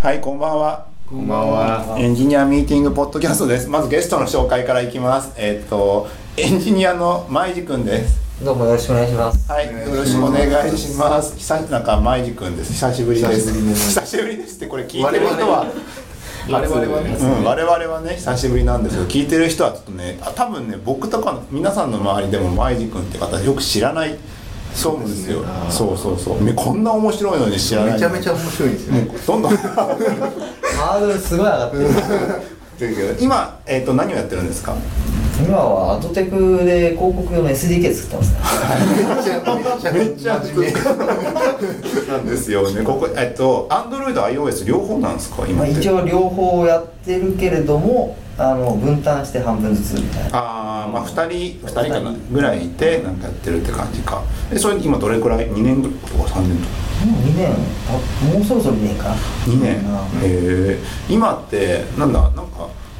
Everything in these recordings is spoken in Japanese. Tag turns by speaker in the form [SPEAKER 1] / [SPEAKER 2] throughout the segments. [SPEAKER 1] はい、こんばんは。
[SPEAKER 2] こんばんは。
[SPEAKER 1] エンジニアミーティングポッドキャストです。まずゲストの紹介からいきます。えっと、エンジニアのまいじくんです。
[SPEAKER 3] どうもよろしくお願いします。
[SPEAKER 1] はい、よろしくお願いします。久しなんかまいじくんです。久しぶりです。
[SPEAKER 2] 久しぶりです
[SPEAKER 1] 久しぶりですってこれ聞いてる人は、
[SPEAKER 2] 我々はね、
[SPEAKER 1] うん、我々はね久しぶりなんですけど、聞いてる人はちょっとね、あ多分ね僕とかの皆さんの周りでもまいじくんって方よく知らない。そうなんですよ。そうそうそう。ねこんな面白いのに知らない。
[SPEAKER 2] めちゃめちゃ面白いんですよね。
[SPEAKER 1] ど んどん
[SPEAKER 3] ハードルすごい上がってる。
[SPEAKER 1] 今えっ、と何をやってるんですか。
[SPEAKER 3] 今はアドテクで広告用の SDK 作ってますね。
[SPEAKER 2] めちゃめちゃ
[SPEAKER 1] めっちゃ真面目なんですよね。ここえっと Android、iOS 両方なんですか
[SPEAKER 3] ま
[SPEAKER 1] 今
[SPEAKER 3] あ、
[SPEAKER 1] って。
[SPEAKER 3] 一応両方やってるけれども、あの分担して半分ずつみたいな。
[SPEAKER 1] ああまあ二人二人かなぐらいいてなんかやってるって感じか。えそれ今どれくらい？二年とか三年とか。
[SPEAKER 3] もう2年、あもうそろそろ2年かな。
[SPEAKER 1] 二年。へ
[SPEAKER 3] うん
[SPEAKER 1] え今ってなんだなんか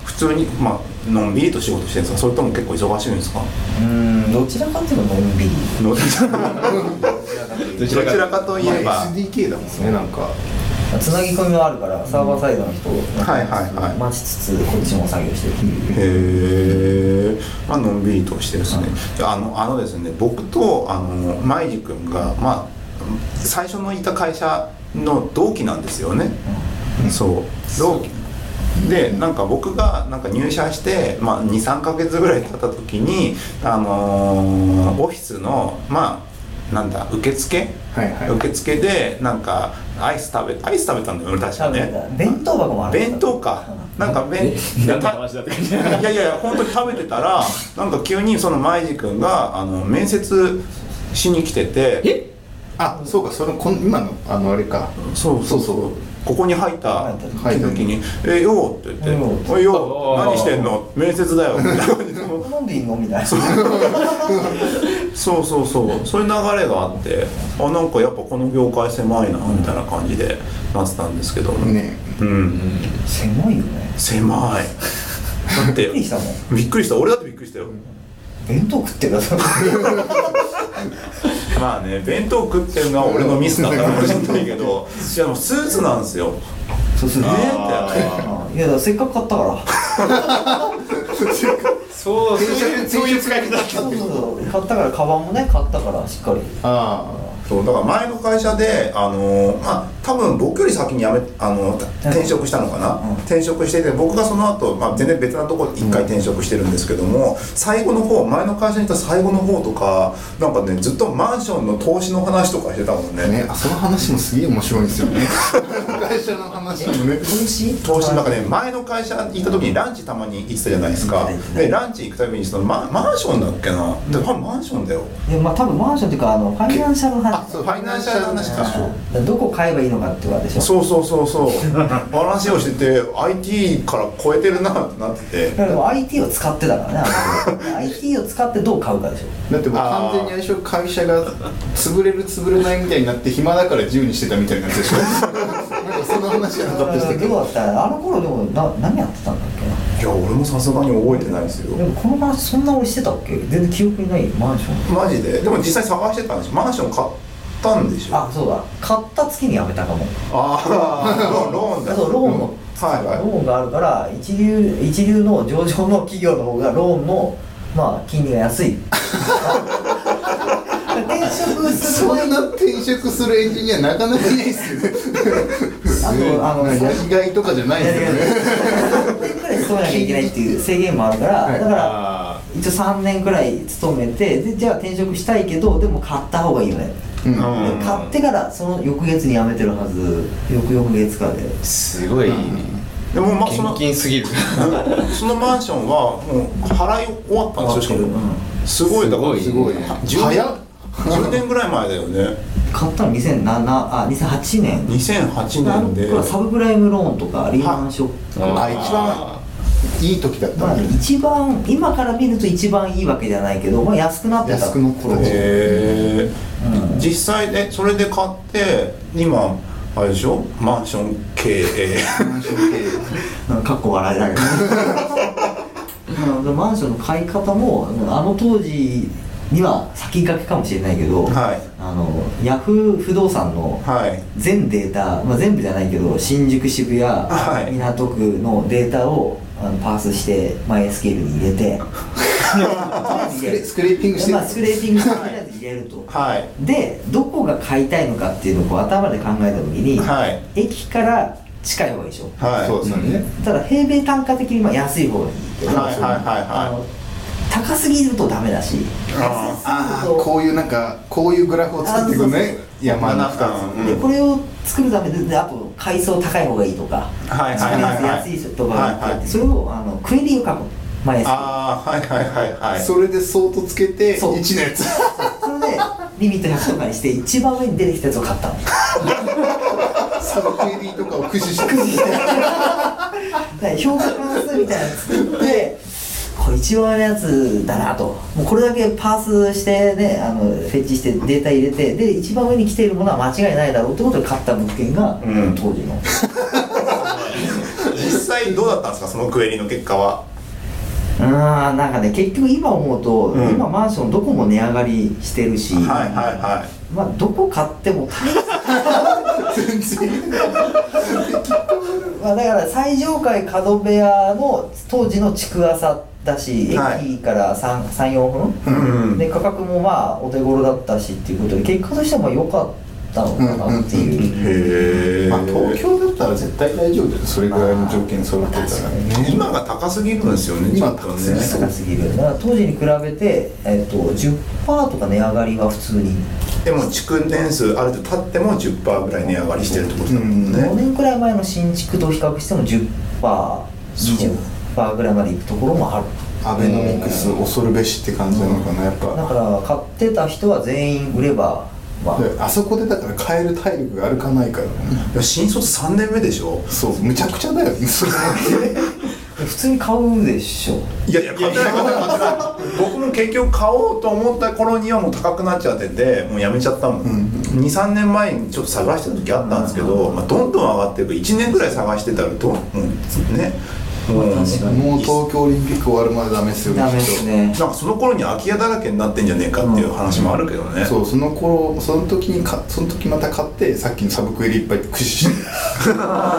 [SPEAKER 1] 普通にまあのんびりと仕事してるんですか？それとも結構忙しいんですか？
[SPEAKER 3] うん、どちらかっていうとのんびり。
[SPEAKER 1] のどちらかといえば
[SPEAKER 2] まあ SDK だもんね、なんか。
[SPEAKER 3] まあつなぎ込みはあるから、サーバーサイドの人を
[SPEAKER 1] はいはいはい
[SPEAKER 3] 待ちつつ、こっちも作業してるっていう。
[SPEAKER 1] へえ、まあのんびりとしてですね、あのあのですね僕とあの舞く君が、まあ、最初のいた会社の同期なんですよね、そう同期でなんか僕がなんか入社して、まあ、23か月ぐらい経った時に、あのーオフィスのまあなんだ受付、
[SPEAKER 2] はいはい
[SPEAKER 1] 受付でなんかアイス食べアイス食べたんだよ俺確かね
[SPEAKER 3] 弁当箱もあるんです
[SPEAKER 1] 弁
[SPEAKER 3] よ
[SPEAKER 1] 当かなんか弁
[SPEAKER 4] え何の話だって感じ
[SPEAKER 1] いやいやいや本当に食べてたらなんか急にその舞く君があの面接しに来てて
[SPEAKER 4] え
[SPEAKER 2] あ、そうか、そのこん今のあのあれか。
[SPEAKER 1] そうそうそうここに入った
[SPEAKER 2] 入った
[SPEAKER 1] 時に「えよ」って言って「おいよ何してんの面接だよ」みたいな感じで
[SPEAKER 3] 飲んでいいのみたいな。
[SPEAKER 1] そうそうそうそういう流れがあってあなんかやっぱこの業界狭いなみたいな感じでなってたんですけども
[SPEAKER 2] ね。
[SPEAKER 1] うん
[SPEAKER 3] 狭いよね。
[SPEAKER 1] 狭いだっ
[SPEAKER 3] びっくり
[SPEAKER 1] て
[SPEAKER 3] したもん。
[SPEAKER 1] びっくりした俺だってびっくりしたよ
[SPEAKER 3] 弁当食って たぞ。
[SPEAKER 1] まあね弁当食ってるのは俺のミスだったかもしれないけ どいやでもスーツなんですよ
[SPEAKER 3] そうするね。
[SPEAKER 1] ね
[SPEAKER 3] いやだからせっかく買っ たから
[SPEAKER 4] そうそういうそういう使い方だった
[SPEAKER 3] そうそうそう買ったからカバンもね買ったからしっかり
[SPEAKER 2] あ
[SPEAKER 1] そうだから前の会社であのーまあ多分僕より先に辞めあの転職したのかな、
[SPEAKER 3] うん
[SPEAKER 1] 転職してて僕がその後、まあ全然別なとこ一回転職してるんですけども、最後の方前の会社にいた最後の方とかなんかねずっとマンションの投資の話とかしてたもん
[SPEAKER 2] あ。
[SPEAKER 1] ね
[SPEAKER 2] ね、あその話もすげえ面白いんですよね。会社の話もね。
[SPEAKER 3] 投資
[SPEAKER 1] 投資の中で前の会社行った時にランチたまに行ってたじゃないですか
[SPEAKER 3] 行ってた
[SPEAKER 1] でランチ行くたびにそのマンマンションだっけなで多分マンションだよ
[SPEAKER 3] いやまあ多分マンションっていうかあのファイナンシャルの話
[SPEAKER 1] ファイナンシャルの話か
[SPEAKER 3] だからどこ買えばいいのかってことでしょ
[SPEAKER 1] そうそうそうそう 話をしてて IT から超えてるなってなってて
[SPEAKER 3] だからでも IT を使ってだからねあの 人 IT を使ってどう買うかでしょ
[SPEAKER 2] だってもう完全に最初会社が潰れる潰れないみたいになって暇だから自由にしてたみたいな感じでしょなんかそんな話じゃな
[SPEAKER 3] だ
[SPEAKER 2] か
[SPEAKER 3] か
[SPEAKER 2] ったで
[SPEAKER 3] ら
[SPEAKER 2] したっけ
[SPEAKER 3] どうだったあの頃でもな何やってたんだっけ
[SPEAKER 1] いや俺もさすがに覚えてないですよ
[SPEAKER 3] なでもこの話そんな俺してたっけ全然記憶にないマンション
[SPEAKER 1] マジででも実際探してたんでしょマンション買ったんでしょ
[SPEAKER 3] あそうだ買った月に辞めたかも
[SPEAKER 1] あーローンだ
[SPEAKER 3] そうローン
[SPEAKER 1] は
[SPEAKER 3] の
[SPEAKER 1] い
[SPEAKER 3] ロ
[SPEAKER 1] は
[SPEAKER 3] ーンがあるから一流一流の上場の企業の方がローンのまあ金利が安い転職する
[SPEAKER 2] そ
[SPEAKER 3] 前
[SPEAKER 2] ん
[SPEAKER 3] に
[SPEAKER 2] な転職するエンジニアなかなかいないですよね
[SPEAKER 3] あの
[SPEAKER 2] やりがいとかじゃない
[SPEAKER 3] いやい
[SPEAKER 2] で
[SPEAKER 3] や
[SPEAKER 2] すよ
[SPEAKER 3] い
[SPEAKER 2] ね
[SPEAKER 3] や3年くらい勤めなきゃいけないっていう制限もあるから、
[SPEAKER 2] はい
[SPEAKER 3] だから
[SPEAKER 4] あ
[SPEAKER 3] 一応3年くらい勤めてでじゃあ転職したいけどでも買った方がいいよね、
[SPEAKER 2] うん
[SPEAKER 1] うん
[SPEAKER 3] で買ってからその翌月に辞めてるはず翌々月からで
[SPEAKER 4] ーすごい
[SPEAKER 1] いでもまあそ
[SPEAKER 4] 献
[SPEAKER 1] の
[SPEAKER 4] 金すぎる
[SPEAKER 1] そのマンションはもう払い終わったんでしょしか
[SPEAKER 3] 終わっ
[SPEAKER 1] も
[SPEAKER 3] て
[SPEAKER 1] すごいだから
[SPEAKER 2] すごいね
[SPEAKER 1] 10
[SPEAKER 2] 早っ
[SPEAKER 1] 年10年ぐらい前だよね
[SPEAKER 3] 買ったの2007あ2008年あ
[SPEAKER 1] 2008
[SPEAKER 3] の
[SPEAKER 1] 年で
[SPEAKER 3] 頃はサブプライムローンとかリーマンショック
[SPEAKER 2] あ一番いい時だった
[SPEAKER 3] まあ、
[SPEAKER 2] んだね
[SPEAKER 3] 一番今から見ると一番いいわけじゃないけど、まあ、安くなってた
[SPEAKER 2] 安くの頃
[SPEAKER 1] へえ、実際ねそれで買って今あれでしょマンション経 営
[SPEAKER 3] うんかっこ笑えないうんでマンションの買い方もあの当時には先駆けかもしれないけど、
[SPEAKER 1] はい
[SPEAKER 3] あのヤフー不動産の
[SPEAKER 1] はい
[SPEAKER 3] 全データ、まあ、全部じゃないけど新宿渋谷、
[SPEAKER 1] はい
[SPEAKER 3] 港区のデータをあのパースしてマイスケールに入 れて
[SPEAKER 2] スクレスクレーピングしてる
[SPEAKER 3] まあ、スクレーピングしてとりあえず入れると、
[SPEAKER 1] はい
[SPEAKER 3] でどこが買いたいのかっていうのをこう頭で考えた時に、
[SPEAKER 1] はい
[SPEAKER 3] 駅から近い方がいいでしょ
[SPEAKER 1] はい
[SPEAKER 2] そうですよね、
[SPEAKER 3] ただ平米単価的にまあ安い方がいいけど、
[SPEAKER 1] はいはいはいはい
[SPEAKER 3] あの高すぎるとダメだし
[SPEAKER 1] あ
[SPEAKER 2] ああこういうなんかこういうグラフを作っていく
[SPEAKER 3] あそう
[SPEAKER 2] ね
[SPEAKER 3] そう
[SPEAKER 2] 山の
[SPEAKER 1] 七
[SPEAKER 2] 2
[SPEAKER 1] つ
[SPEAKER 2] つ
[SPEAKER 3] でこれを作るためでであと階層高い方がいいとか
[SPEAKER 1] はいはいはいはい
[SPEAKER 3] 安いとかがあって、
[SPEAKER 1] はいはい
[SPEAKER 3] それをあのクエリを書く前です
[SPEAKER 1] ああはいはいはいはい
[SPEAKER 2] それで相当つけて1
[SPEAKER 3] そう
[SPEAKER 2] のや つ
[SPEAKER 3] それでリミット100とかにして一番上に出てきたやつを買ったのだか
[SPEAKER 2] サブクエリとかを駆 使して
[SPEAKER 3] ら評価関数みたいなの作ってこれ一番上のやつだなともうこれだけパースしてねあのフェッチしてデータ入れてで一番上に来ているものは間違いないだろうってことで買った物件が、
[SPEAKER 1] うん
[SPEAKER 3] 当時の
[SPEAKER 1] 実際どうだったんですかそのクエリの結果は
[SPEAKER 3] うーんなんかね結局今思うと、
[SPEAKER 1] うん
[SPEAKER 3] 今マンションどこも値上がりしてるし、
[SPEAKER 1] はいはいは
[SPEAKER 3] まあどこ買っても大変
[SPEAKER 2] 全然
[SPEAKER 3] まあだから最上階角部屋の当時の築浅だし、
[SPEAKER 1] はい
[SPEAKER 3] 駅から34
[SPEAKER 1] い
[SPEAKER 3] 分、
[SPEAKER 1] うん
[SPEAKER 3] で価格もまあお手頃だったしっていうことで結果としてはまあ良かったのかなっていう。
[SPEAKER 1] へえ
[SPEAKER 2] まあ東京だったら絶対大丈夫だよそれぐらいの条件揃ってたら
[SPEAKER 3] ま
[SPEAKER 2] ね
[SPEAKER 1] 今が高すぎるんですよね
[SPEAKER 2] 今
[SPEAKER 1] ちょっと
[SPEAKER 2] 高すぎ
[SPEAKER 1] ね
[SPEAKER 2] そう
[SPEAKER 3] 高すぎるだから当時に比べて、えっと10%とか値上がりは普通に
[SPEAKER 1] でも築年数あると経っても10%ぐらい値上がりしてるってことだもんね、
[SPEAKER 3] 5年くらい前の新築と比較しても 10%20% ぐらいまでいくところもある
[SPEAKER 2] アベノミクス恐るべしって感じなのかなやっ
[SPEAKER 3] だ
[SPEAKER 2] ぱ
[SPEAKER 3] から買ってた人は全員売ればまあ
[SPEAKER 2] であそこでだから買える体力があるかないからね
[SPEAKER 1] いや新卒3年目でしょ
[SPEAKER 2] そうむちゃくちゃだよねそれ
[SPEAKER 3] 普通に買うでしょ
[SPEAKER 1] いやいや買ってない買ってない買ってない 僕も結局買おうと思った頃にはもう高くなっちゃっててもうやめちゃったもん、23年前にちょっと探してた時あったんですけど、まあ、どんどん上がっていく1年ぐらい探してたらどうもうねもう
[SPEAKER 3] 確かに
[SPEAKER 2] もう東京オリンピック終わるまでダメですよ
[SPEAKER 3] ダメですね
[SPEAKER 1] なんかその頃に空き家だらけになってんじゃねえかっていう話もあるけどね、
[SPEAKER 2] そうその頃その時にかその時また買ってさっきのサブクエリいっぱい駆使して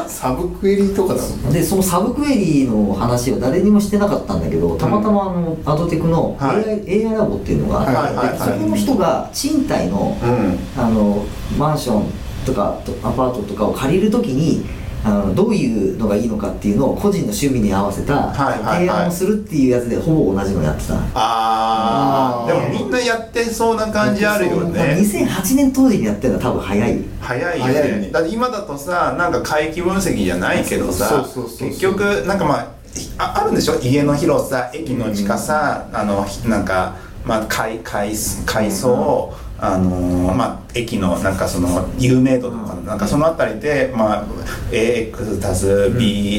[SPEAKER 2] サブクエリとかだもんな
[SPEAKER 3] でそのサブクエリの話は誰にもしてなかったんだけどたまたまあのアドテクの
[SPEAKER 1] はい
[SPEAKER 3] AI, AI ラボっていうのが
[SPEAKER 1] はいはい
[SPEAKER 3] あ
[SPEAKER 1] は
[SPEAKER 3] っ
[SPEAKER 1] い
[SPEAKER 3] てそこの人が賃貸の
[SPEAKER 1] うん
[SPEAKER 3] あのマンションとかとアパートとかを借りるときにあのどういうのがいいのかっていうのを個人の趣味に合わせた
[SPEAKER 1] はいはいはい
[SPEAKER 3] 提案をするっていうやつでほぼ同じのやってた
[SPEAKER 1] あー
[SPEAKER 2] あー
[SPEAKER 1] でもみんなやってそうな感じあるよね
[SPEAKER 3] 2008年当時にやってるのは多分早い
[SPEAKER 1] 早いよ
[SPEAKER 2] 早い
[SPEAKER 1] ね
[SPEAKER 2] ね
[SPEAKER 1] だって今だとさなんか回帰分析じゃないけどさ
[SPEAKER 2] そうそうそうそう
[SPEAKER 1] 結局なんかまあああるんでしょ家の広さ駅の近さ、あのひなんかまあ階階数階層、あのーまあ駅のなんかその有名度とか、なんかそのあたりでまあ AX 足す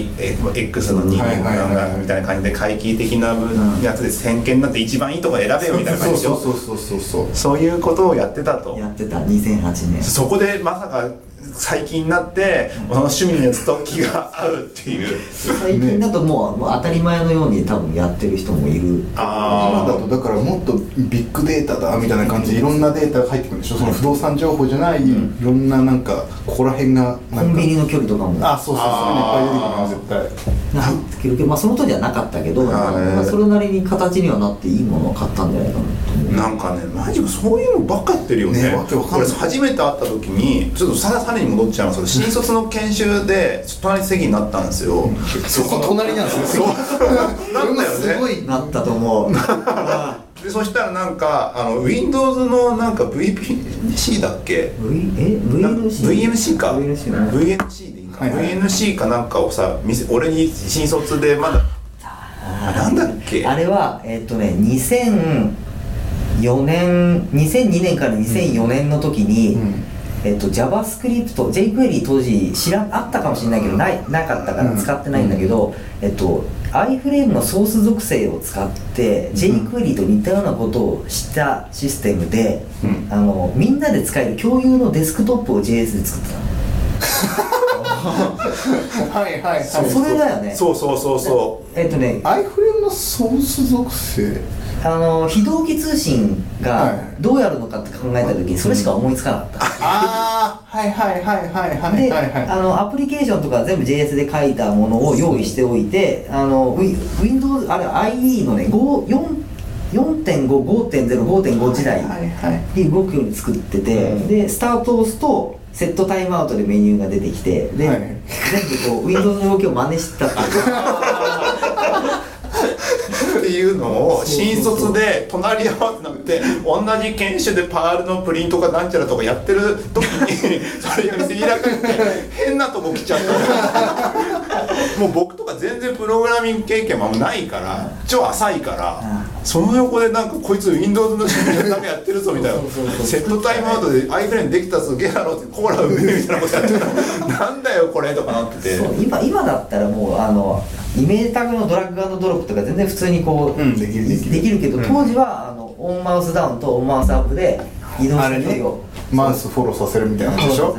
[SPEAKER 1] BX の2
[SPEAKER 2] はいはいはいはい
[SPEAKER 1] なんかみたいな感じで回帰的な分やつで先見になって一番いいとこ選べよみたいな感じでしょ
[SPEAKER 2] そうそうそうそうそう
[SPEAKER 1] そういうことをやってたと
[SPEAKER 3] やってた2008年
[SPEAKER 1] そこでまさか最近になってその趣味のやつと気が合うっていう
[SPEAKER 3] 最近だともうもう当たり前のように多分やってる人もいる
[SPEAKER 2] 今だとだからもっとビッグデータだみたいな感じでいろんなデータが入ってくるんでしょその不動産情報じゃないいろんななんかここら辺が
[SPEAKER 3] コ
[SPEAKER 2] なんか
[SPEAKER 3] ンビニの距離とかも
[SPEAKER 2] あそうそう
[SPEAKER 1] あー
[SPEAKER 2] そういうのいっぱい出てくるな絶対
[SPEAKER 3] 入ってくるけど、まあ、その当時はなかったけど、
[SPEAKER 1] はい
[SPEAKER 3] まあ、それなりに形にはなっていいものを買ったんじゃないかなと思う
[SPEAKER 1] なんかねマジでそういうのばっかやってるよね
[SPEAKER 2] ねわけわかんない
[SPEAKER 1] 俺初めて会った時にちょっとさらさらに戻っちゃいますけど新卒の研修で隣の席になったんですよ
[SPEAKER 2] そこ隣なんですよ
[SPEAKER 1] そうなんだよね
[SPEAKER 2] すごい
[SPEAKER 3] なったと思う
[SPEAKER 1] でそしたらなんかあの Windows のなんか VPC だっけ
[SPEAKER 3] V え VLC
[SPEAKER 1] VNC か
[SPEAKER 3] VLC な
[SPEAKER 1] VNC でいいか
[SPEAKER 2] はいはい
[SPEAKER 1] VNC かなんかをさ見せ俺に新卒でまだあなんだっけ
[SPEAKER 3] あれはえっとね2004年2002年から2004年の時に、
[SPEAKER 2] うん
[SPEAKER 3] えっと、JavaScript、jQuery 当時知らんあったかもしれないけどないなかったから
[SPEAKER 2] うん
[SPEAKER 3] 使ってないんだけど、えっと、iFrame のソース属性を使って、jQuery と似たようなことをしたシステムで、
[SPEAKER 2] うん
[SPEAKER 3] あのみんなで使える共有のデスクトップを JS で作ってたの。
[SPEAKER 2] はいはいはい
[SPEAKER 3] そうそれだよね
[SPEAKER 1] そうそうそうそ
[SPEAKER 3] えっとね
[SPEAKER 2] アイフレームのソース属性
[SPEAKER 3] あの非同期通信
[SPEAKER 2] はい
[SPEAKER 3] がどうやるのかって考えた時にそれしか思いつかなかった、
[SPEAKER 2] ああはいはいはいはいは
[SPEAKER 3] で、
[SPEAKER 2] いはい
[SPEAKER 3] あ
[SPEAKER 2] は
[SPEAKER 3] のアプリケーションとか全部 JS で書いたものを用意しておいてあの Win- Windows あれ IE のね5 4 4.5.5.5.5時代
[SPEAKER 2] はいはい
[SPEAKER 3] に動くように作ってて、
[SPEAKER 4] うん
[SPEAKER 3] でスタートを押すとセットタイムアウトでメニューが出てきてで、
[SPEAKER 2] はい
[SPEAKER 3] 全部こう Windows の動きを真似してたっていう
[SPEAKER 1] うっていうのを新卒で隣り合わせなくて同じ犬種でパールのプリントかなんちゃらとかやってる時 にそれを見せびらかして変なとこ来ちゃったもう僕とか全然プログラミング経験もないから超浅いからその横でなんかこいつ Windows の仕事なんかやってるぞみたいな
[SPEAKER 3] そうそうそうそう
[SPEAKER 1] セットタイムアウトでアイフレームできたすげえだろってコーラ売ってみたいなことやってたらなんだよこれとかな ってて。
[SPEAKER 3] そう今今だったらもうあのイメージタグのドラッグアンドドロップとか全然普通にこう、
[SPEAKER 2] うんできるできる
[SPEAKER 3] けど、当時はあのオンマウスダウンとオンマウスアップで移動
[SPEAKER 2] いあ
[SPEAKER 3] す
[SPEAKER 2] れ
[SPEAKER 3] る
[SPEAKER 2] ね
[SPEAKER 3] 時を
[SPEAKER 2] マウスフォローさせるみたいなことでしょ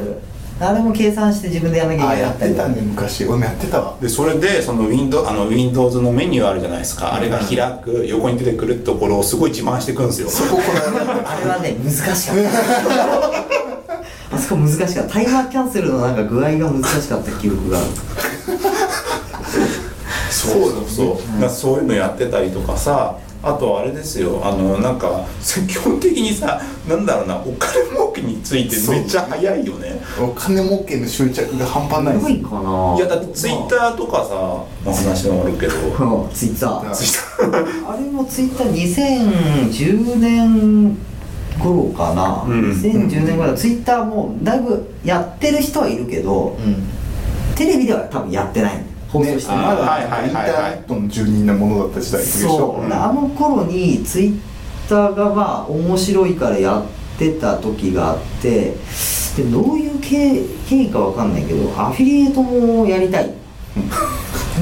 [SPEAKER 3] あれも計算して自分でやらなき
[SPEAKER 2] あ
[SPEAKER 3] ゃいけな
[SPEAKER 2] や
[SPEAKER 3] か
[SPEAKER 2] っ
[SPEAKER 3] った
[SPEAKER 2] て
[SPEAKER 3] り
[SPEAKER 2] たね昔俺もやってたわ
[SPEAKER 1] でそれでその Windows, あの Windows のメニューあるじゃないですかあれが開く横に出てくるところをすごい自慢してくんですよ
[SPEAKER 2] そここだわ
[SPEAKER 3] あれはね難しかった あそこ難しかったタイマーキャンセルのなんか具合が難しかった記憶がある
[SPEAKER 1] そうそうそう、だからそういうのやってたりとかさあとあれですよあのなんか基本的にさなんだろうなお金儲けについてめっちゃ早いよね
[SPEAKER 2] お金儲けの執着が半端ないです
[SPEAKER 3] すごいかない
[SPEAKER 1] やだってツイッターとかさの話もあるけど
[SPEAKER 3] ーツイッター
[SPEAKER 2] だ
[SPEAKER 3] あれもツイッター2010年頃かな、
[SPEAKER 1] うん
[SPEAKER 3] 2010年頃ツイッターもだいぶやってる人はいるけど、テレビでは多分やってない放送して
[SPEAKER 2] ま
[SPEAKER 3] ない、
[SPEAKER 1] あー
[SPEAKER 2] だなんかインターネットの住人なものだった時代でし
[SPEAKER 3] そう、
[SPEAKER 2] ょ
[SPEAKER 3] あの頃にツイッターがまあ面白いからやってた時があってでどういう経経緯かわかんないけどアフィリエイトもやりたい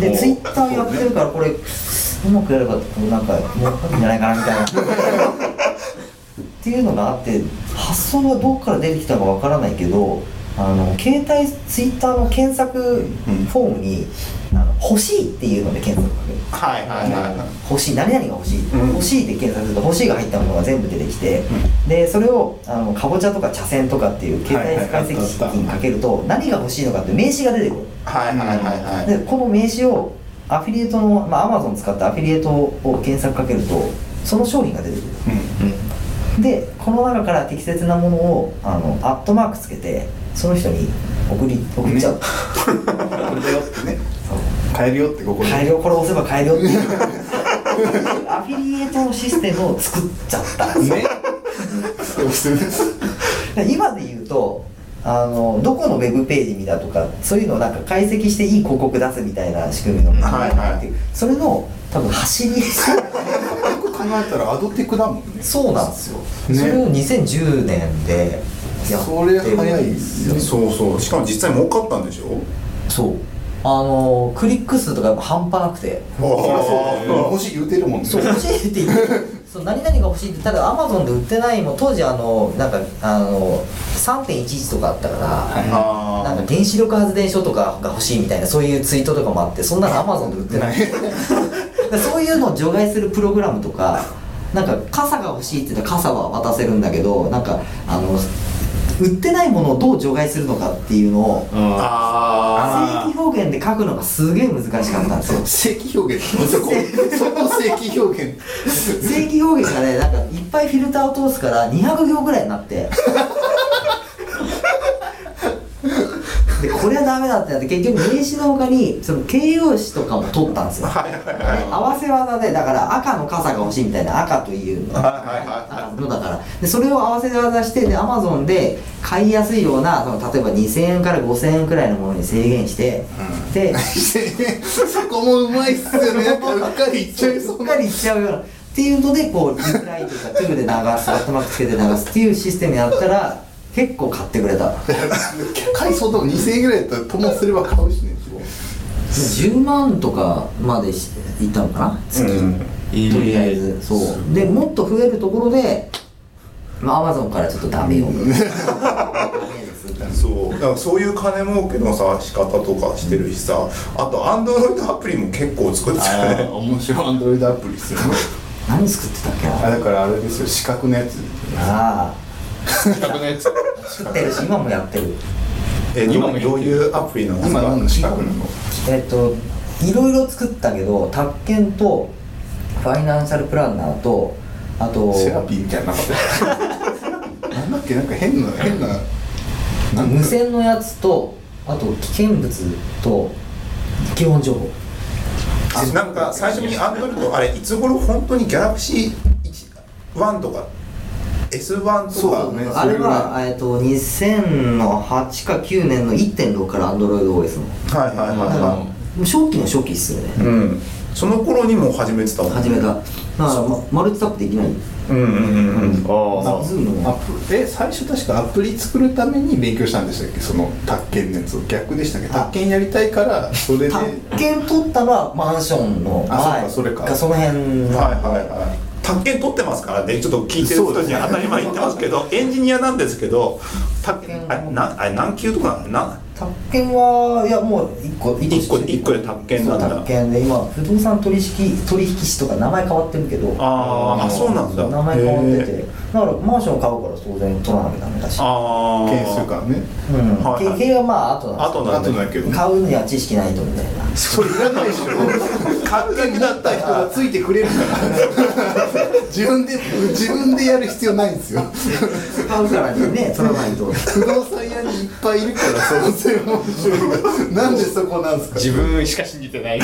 [SPEAKER 3] で
[SPEAKER 1] お
[SPEAKER 3] ツイッターやってるからこれうまくやればこうなんか儲かるんじゃないかなみたいなっていうのがあって発想がどこから出てきたかわからないけどあの携帯ツイッターの検索フォームに「あの欲しい」っていうので検索かける
[SPEAKER 1] はいはいはいはい
[SPEAKER 3] 欲しい何々が欲しい、
[SPEAKER 1] うん
[SPEAKER 3] 欲しいで検索すると欲しいが入ったものが全部出てきて、でそれをあのかぼちゃとか茶筅とかっていう携帯解析機器にかけると何が欲しいのかって名刺が出てくる、
[SPEAKER 1] はいはいはいはい
[SPEAKER 3] でこの名刺をアフィリエイトのまあアマゾン使ったアフィリエイトを検索かけるとその商品が出てくるでこの中から適切なものをあのアットマークつけてその人に送り送っちゃう、
[SPEAKER 2] ねこれだよってね変えるよってここで
[SPEAKER 3] 改良これ押せば改良っていうアフィリエイトのシステムを作っちゃった
[SPEAKER 2] ねそうです
[SPEAKER 3] 今で言うとあのどこのウェブページ見たとかそういうのをなんか解析していい広告出すみたいな仕組みのものがあって
[SPEAKER 1] はい
[SPEAKER 3] それの多分走り
[SPEAKER 2] よく考えたらアドテクだもんね
[SPEAKER 3] そうなんですよ、
[SPEAKER 2] ね
[SPEAKER 3] それを2010年でやって
[SPEAKER 2] それ早いですよ
[SPEAKER 1] そうそうしかも実際儲かったんでしょ
[SPEAKER 3] そうあのクリック数とかやっぱ半端なくて
[SPEAKER 1] あ
[SPEAKER 2] そりゃそうだよもし言うてるもんね
[SPEAKER 3] そう欲しいって言 ってそう何々が欲しいってただアマゾンで売ってないもん当時あのなんかあの3.11とかあったから、
[SPEAKER 1] あ
[SPEAKER 3] なんか原子力発電所とかが欲しいみたいなそういうツイートとかもあってそんなのアマゾンで売って ないそういうのを除外するプログラムとかなんか傘が欲しいって言ったら傘は渡せるんだけどなんかあの売ってないものをどう除外するのかっていうのを
[SPEAKER 4] あ
[SPEAKER 1] あ
[SPEAKER 3] 正規表現で書くのがすげえ難しかったんですよ
[SPEAKER 2] 正規表現そこそこ正規表現
[SPEAKER 3] 正規表現がねなんかいっぱいフィルターを通すから200行ぐらいになってでこれはダメだってなって結局名詞のほかにその形容詞とかも取ったんですよ、で合わせ技でだから赤の傘が欲しいみたいな赤というの赤のだからでそれを合わせ技してでアマゾンで買いやすいようなその例えば2000円から5000円くらいのものに制限して、で
[SPEAKER 2] そこもうまいっすよねなんかうっかり言っちゃいそう
[SPEAKER 3] うっ
[SPEAKER 2] な
[SPEAKER 3] かりいっちゃうようなっていうのでこうリプライとかトゥグで流すアットマークつけて流すっていうシステムやった ら結構買ってくれた
[SPEAKER 2] 買いそうとか2000円ぐらいだったらともすれば買うしね
[SPEAKER 3] 10万とかまでしいったのかな
[SPEAKER 1] ーうん
[SPEAKER 4] とり
[SPEAKER 3] とりあえずそうでもっと増えるところでまあアマゾンからちょっとダメよダメです
[SPEAKER 2] みたいな
[SPEAKER 1] そうだからそういう金儲けのさ仕方とかしてるしさあとアンドロイドアプリも結構作ってたよ
[SPEAKER 2] あ
[SPEAKER 1] ね
[SPEAKER 2] あ面白いアンドロイドアプリっすよね
[SPEAKER 3] 何作ってたっけ
[SPEAKER 2] あ
[SPEAKER 3] な
[SPEAKER 2] だからあれですよ四角のやつ
[SPEAKER 3] あ
[SPEAKER 4] 企画のやつ
[SPEAKER 3] あ作ってるし今もやってる
[SPEAKER 1] え
[SPEAKER 4] 今
[SPEAKER 1] ど
[SPEAKER 4] も
[SPEAKER 1] うどういうアプリなの
[SPEAKER 2] 今何の四角なの
[SPEAKER 3] えっといろいろ作ったけど宅建とファイナンシャルプランナーとあと
[SPEAKER 2] セラピーみたいなのなかったなんだっけなんか変な変ななんか
[SPEAKER 3] 無線のやつとあと危険物と基本情報
[SPEAKER 1] あなんか最初にアンドロイドあれいつ頃本当にギャラクシー1とか S1 と
[SPEAKER 2] そうだ
[SPEAKER 1] か
[SPEAKER 2] ね
[SPEAKER 3] あれは、えっと、2008か9年の1.6から AndroidOS の
[SPEAKER 1] はいはいはいは
[SPEAKER 3] 初期の初期っすよ
[SPEAKER 1] い
[SPEAKER 3] ね
[SPEAKER 1] うんその頃にもう始めてたもん
[SPEAKER 3] 始めただからまマルチタップできない
[SPEAKER 1] うんうんうんうん
[SPEAKER 4] あ
[SPEAKER 3] ズーム
[SPEAKER 2] ア
[SPEAKER 3] の
[SPEAKER 2] プえ最初確かアプリ作るために勉強したんでしたっけその宅建のやつを逆でしたっけ宅建やりたいからそれで
[SPEAKER 3] 宅建取ったらマンションの
[SPEAKER 2] あ
[SPEAKER 3] 前
[SPEAKER 2] そうかそれか
[SPEAKER 3] その辺の
[SPEAKER 1] はいはいはい宅建取ってますからねちょっと聞いてる人には当たり前言ってますけどエンジニアなんですけど宅建あれなあれ何級とかなのな
[SPEAKER 3] 宅建はいやもう1個
[SPEAKER 1] 一個一個で宅建なんだ
[SPEAKER 3] そう宅建で今不動産取引取引士とか名前変わってるけど
[SPEAKER 1] あーあそうなんだ
[SPEAKER 3] 名前変わって
[SPEAKER 1] へ
[SPEAKER 3] てだからマンション買うから当然取らなきゃダメだし
[SPEAKER 1] ああ
[SPEAKER 2] 件数からね
[SPEAKER 3] うん
[SPEAKER 1] はいはい
[SPEAKER 3] 経営はまああとなんですけ
[SPEAKER 1] あと
[SPEAKER 3] ど
[SPEAKER 1] なんだ
[SPEAKER 2] 後だけどね
[SPEAKER 3] 買うには知識ないとみたいな
[SPEAKER 2] それいらないでしょ
[SPEAKER 1] 宅建だった
[SPEAKER 2] 人がついてくれるから 自分で自分でやる必要ないんですよ
[SPEAKER 3] 買うからにね取らないと
[SPEAKER 2] 不動産屋にいっぱいいるからその専門職がなんでそこなんですか
[SPEAKER 4] 自分しか信じてない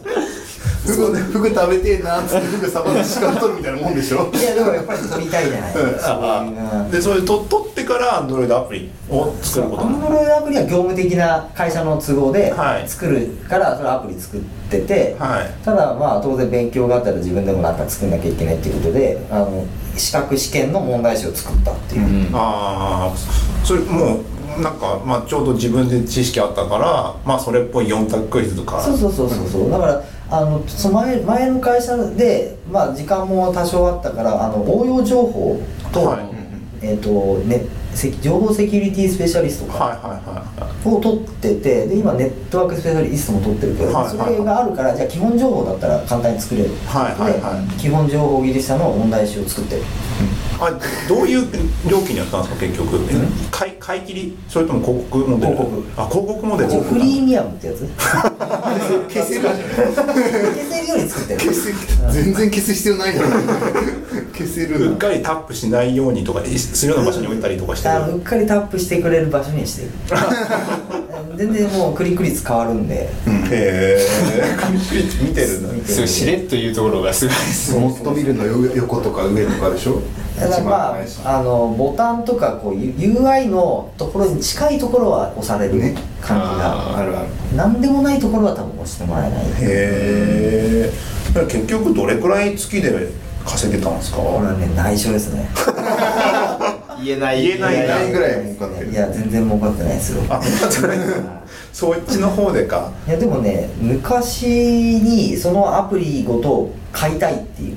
[SPEAKER 2] 服服食べてえなっつって服さばって時間取るみたいなもんでしょ
[SPEAKER 3] いやでもやっぱり取りたいじゃないですか
[SPEAKER 1] でそれと取ってからアンドロイドアプリを作ること
[SPEAKER 3] アン
[SPEAKER 1] も
[SPEAKER 3] ドロイドアプリは業務的な会社の都合で
[SPEAKER 1] はい
[SPEAKER 3] 作るからそれアプリ作ってて、
[SPEAKER 1] はい
[SPEAKER 3] ただまあ当然勉強があったら自分でもなんか作んなきゃいけないっていうことであの資格試験の問題集を作ったっていう、
[SPEAKER 1] ああそれもうなんか、まあ、ちょうど自分で知識あったから、まあ、それっぽい4択クイズとか
[SPEAKER 3] そうそうそうそうそうだからあのその前前の会社で、まあ、時間も多少あったからあの応用情報と,、
[SPEAKER 1] はい
[SPEAKER 3] えーとね、セキ情報セキュリティスペシャリスト
[SPEAKER 1] はい
[SPEAKER 3] か
[SPEAKER 1] はいはい
[SPEAKER 3] を取っててで今ネットワークスペシャリストも取ってるけ
[SPEAKER 1] は
[SPEAKER 3] ど、
[SPEAKER 1] いはいはい
[SPEAKER 3] それがあるからじゃあ基本情報だったら簡単に作れる、
[SPEAKER 1] はいはいはい
[SPEAKER 3] で基本情報技術者の問題集を作ってる
[SPEAKER 1] あどういう料金やったんですか結局、買い買い切りそれとも広告モデル
[SPEAKER 3] 広告
[SPEAKER 1] あ広告モデル
[SPEAKER 3] 一応プリミアムっ てやつ
[SPEAKER 2] 消せるじゃ
[SPEAKER 3] 消せるように作って
[SPEAKER 2] 消
[SPEAKER 3] る
[SPEAKER 2] せ全然消す必要ないだろ 消せ
[SPEAKER 1] う
[SPEAKER 2] る
[SPEAKER 1] っかりタップしないようにとかするような場所に置いたりとかして
[SPEAKER 3] あのう
[SPEAKER 1] る
[SPEAKER 3] っかりタップしてくれる場所にして る全然もうクリック率変わるんで
[SPEAKER 1] へえ 見てるんだね
[SPEAKER 4] すごいしれっというところがすごいです
[SPEAKER 2] モットビルのよ横とか上とかでしょ
[SPEAKER 3] だからまああのボタンとかこう UI のところに近いところは押される
[SPEAKER 2] ね
[SPEAKER 3] 感じが
[SPEAKER 4] あ
[SPEAKER 2] あるある
[SPEAKER 3] 何でもないところは多分押してもらえない
[SPEAKER 1] へえ結局どれくらい月で稼げたんですか
[SPEAKER 3] これはね内緒ですね
[SPEAKER 4] 言えない
[SPEAKER 1] 言えない
[SPEAKER 2] 1
[SPEAKER 1] な
[SPEAKER 2] 年ぐらい儲かってる
[SPEAKER 3] いや全然儲かってないですよ
[SPEAKER 1] あじゃないそっちの方でか
[SPEAKER 3] いやでもね昔にそのアプリごと買いたいっていう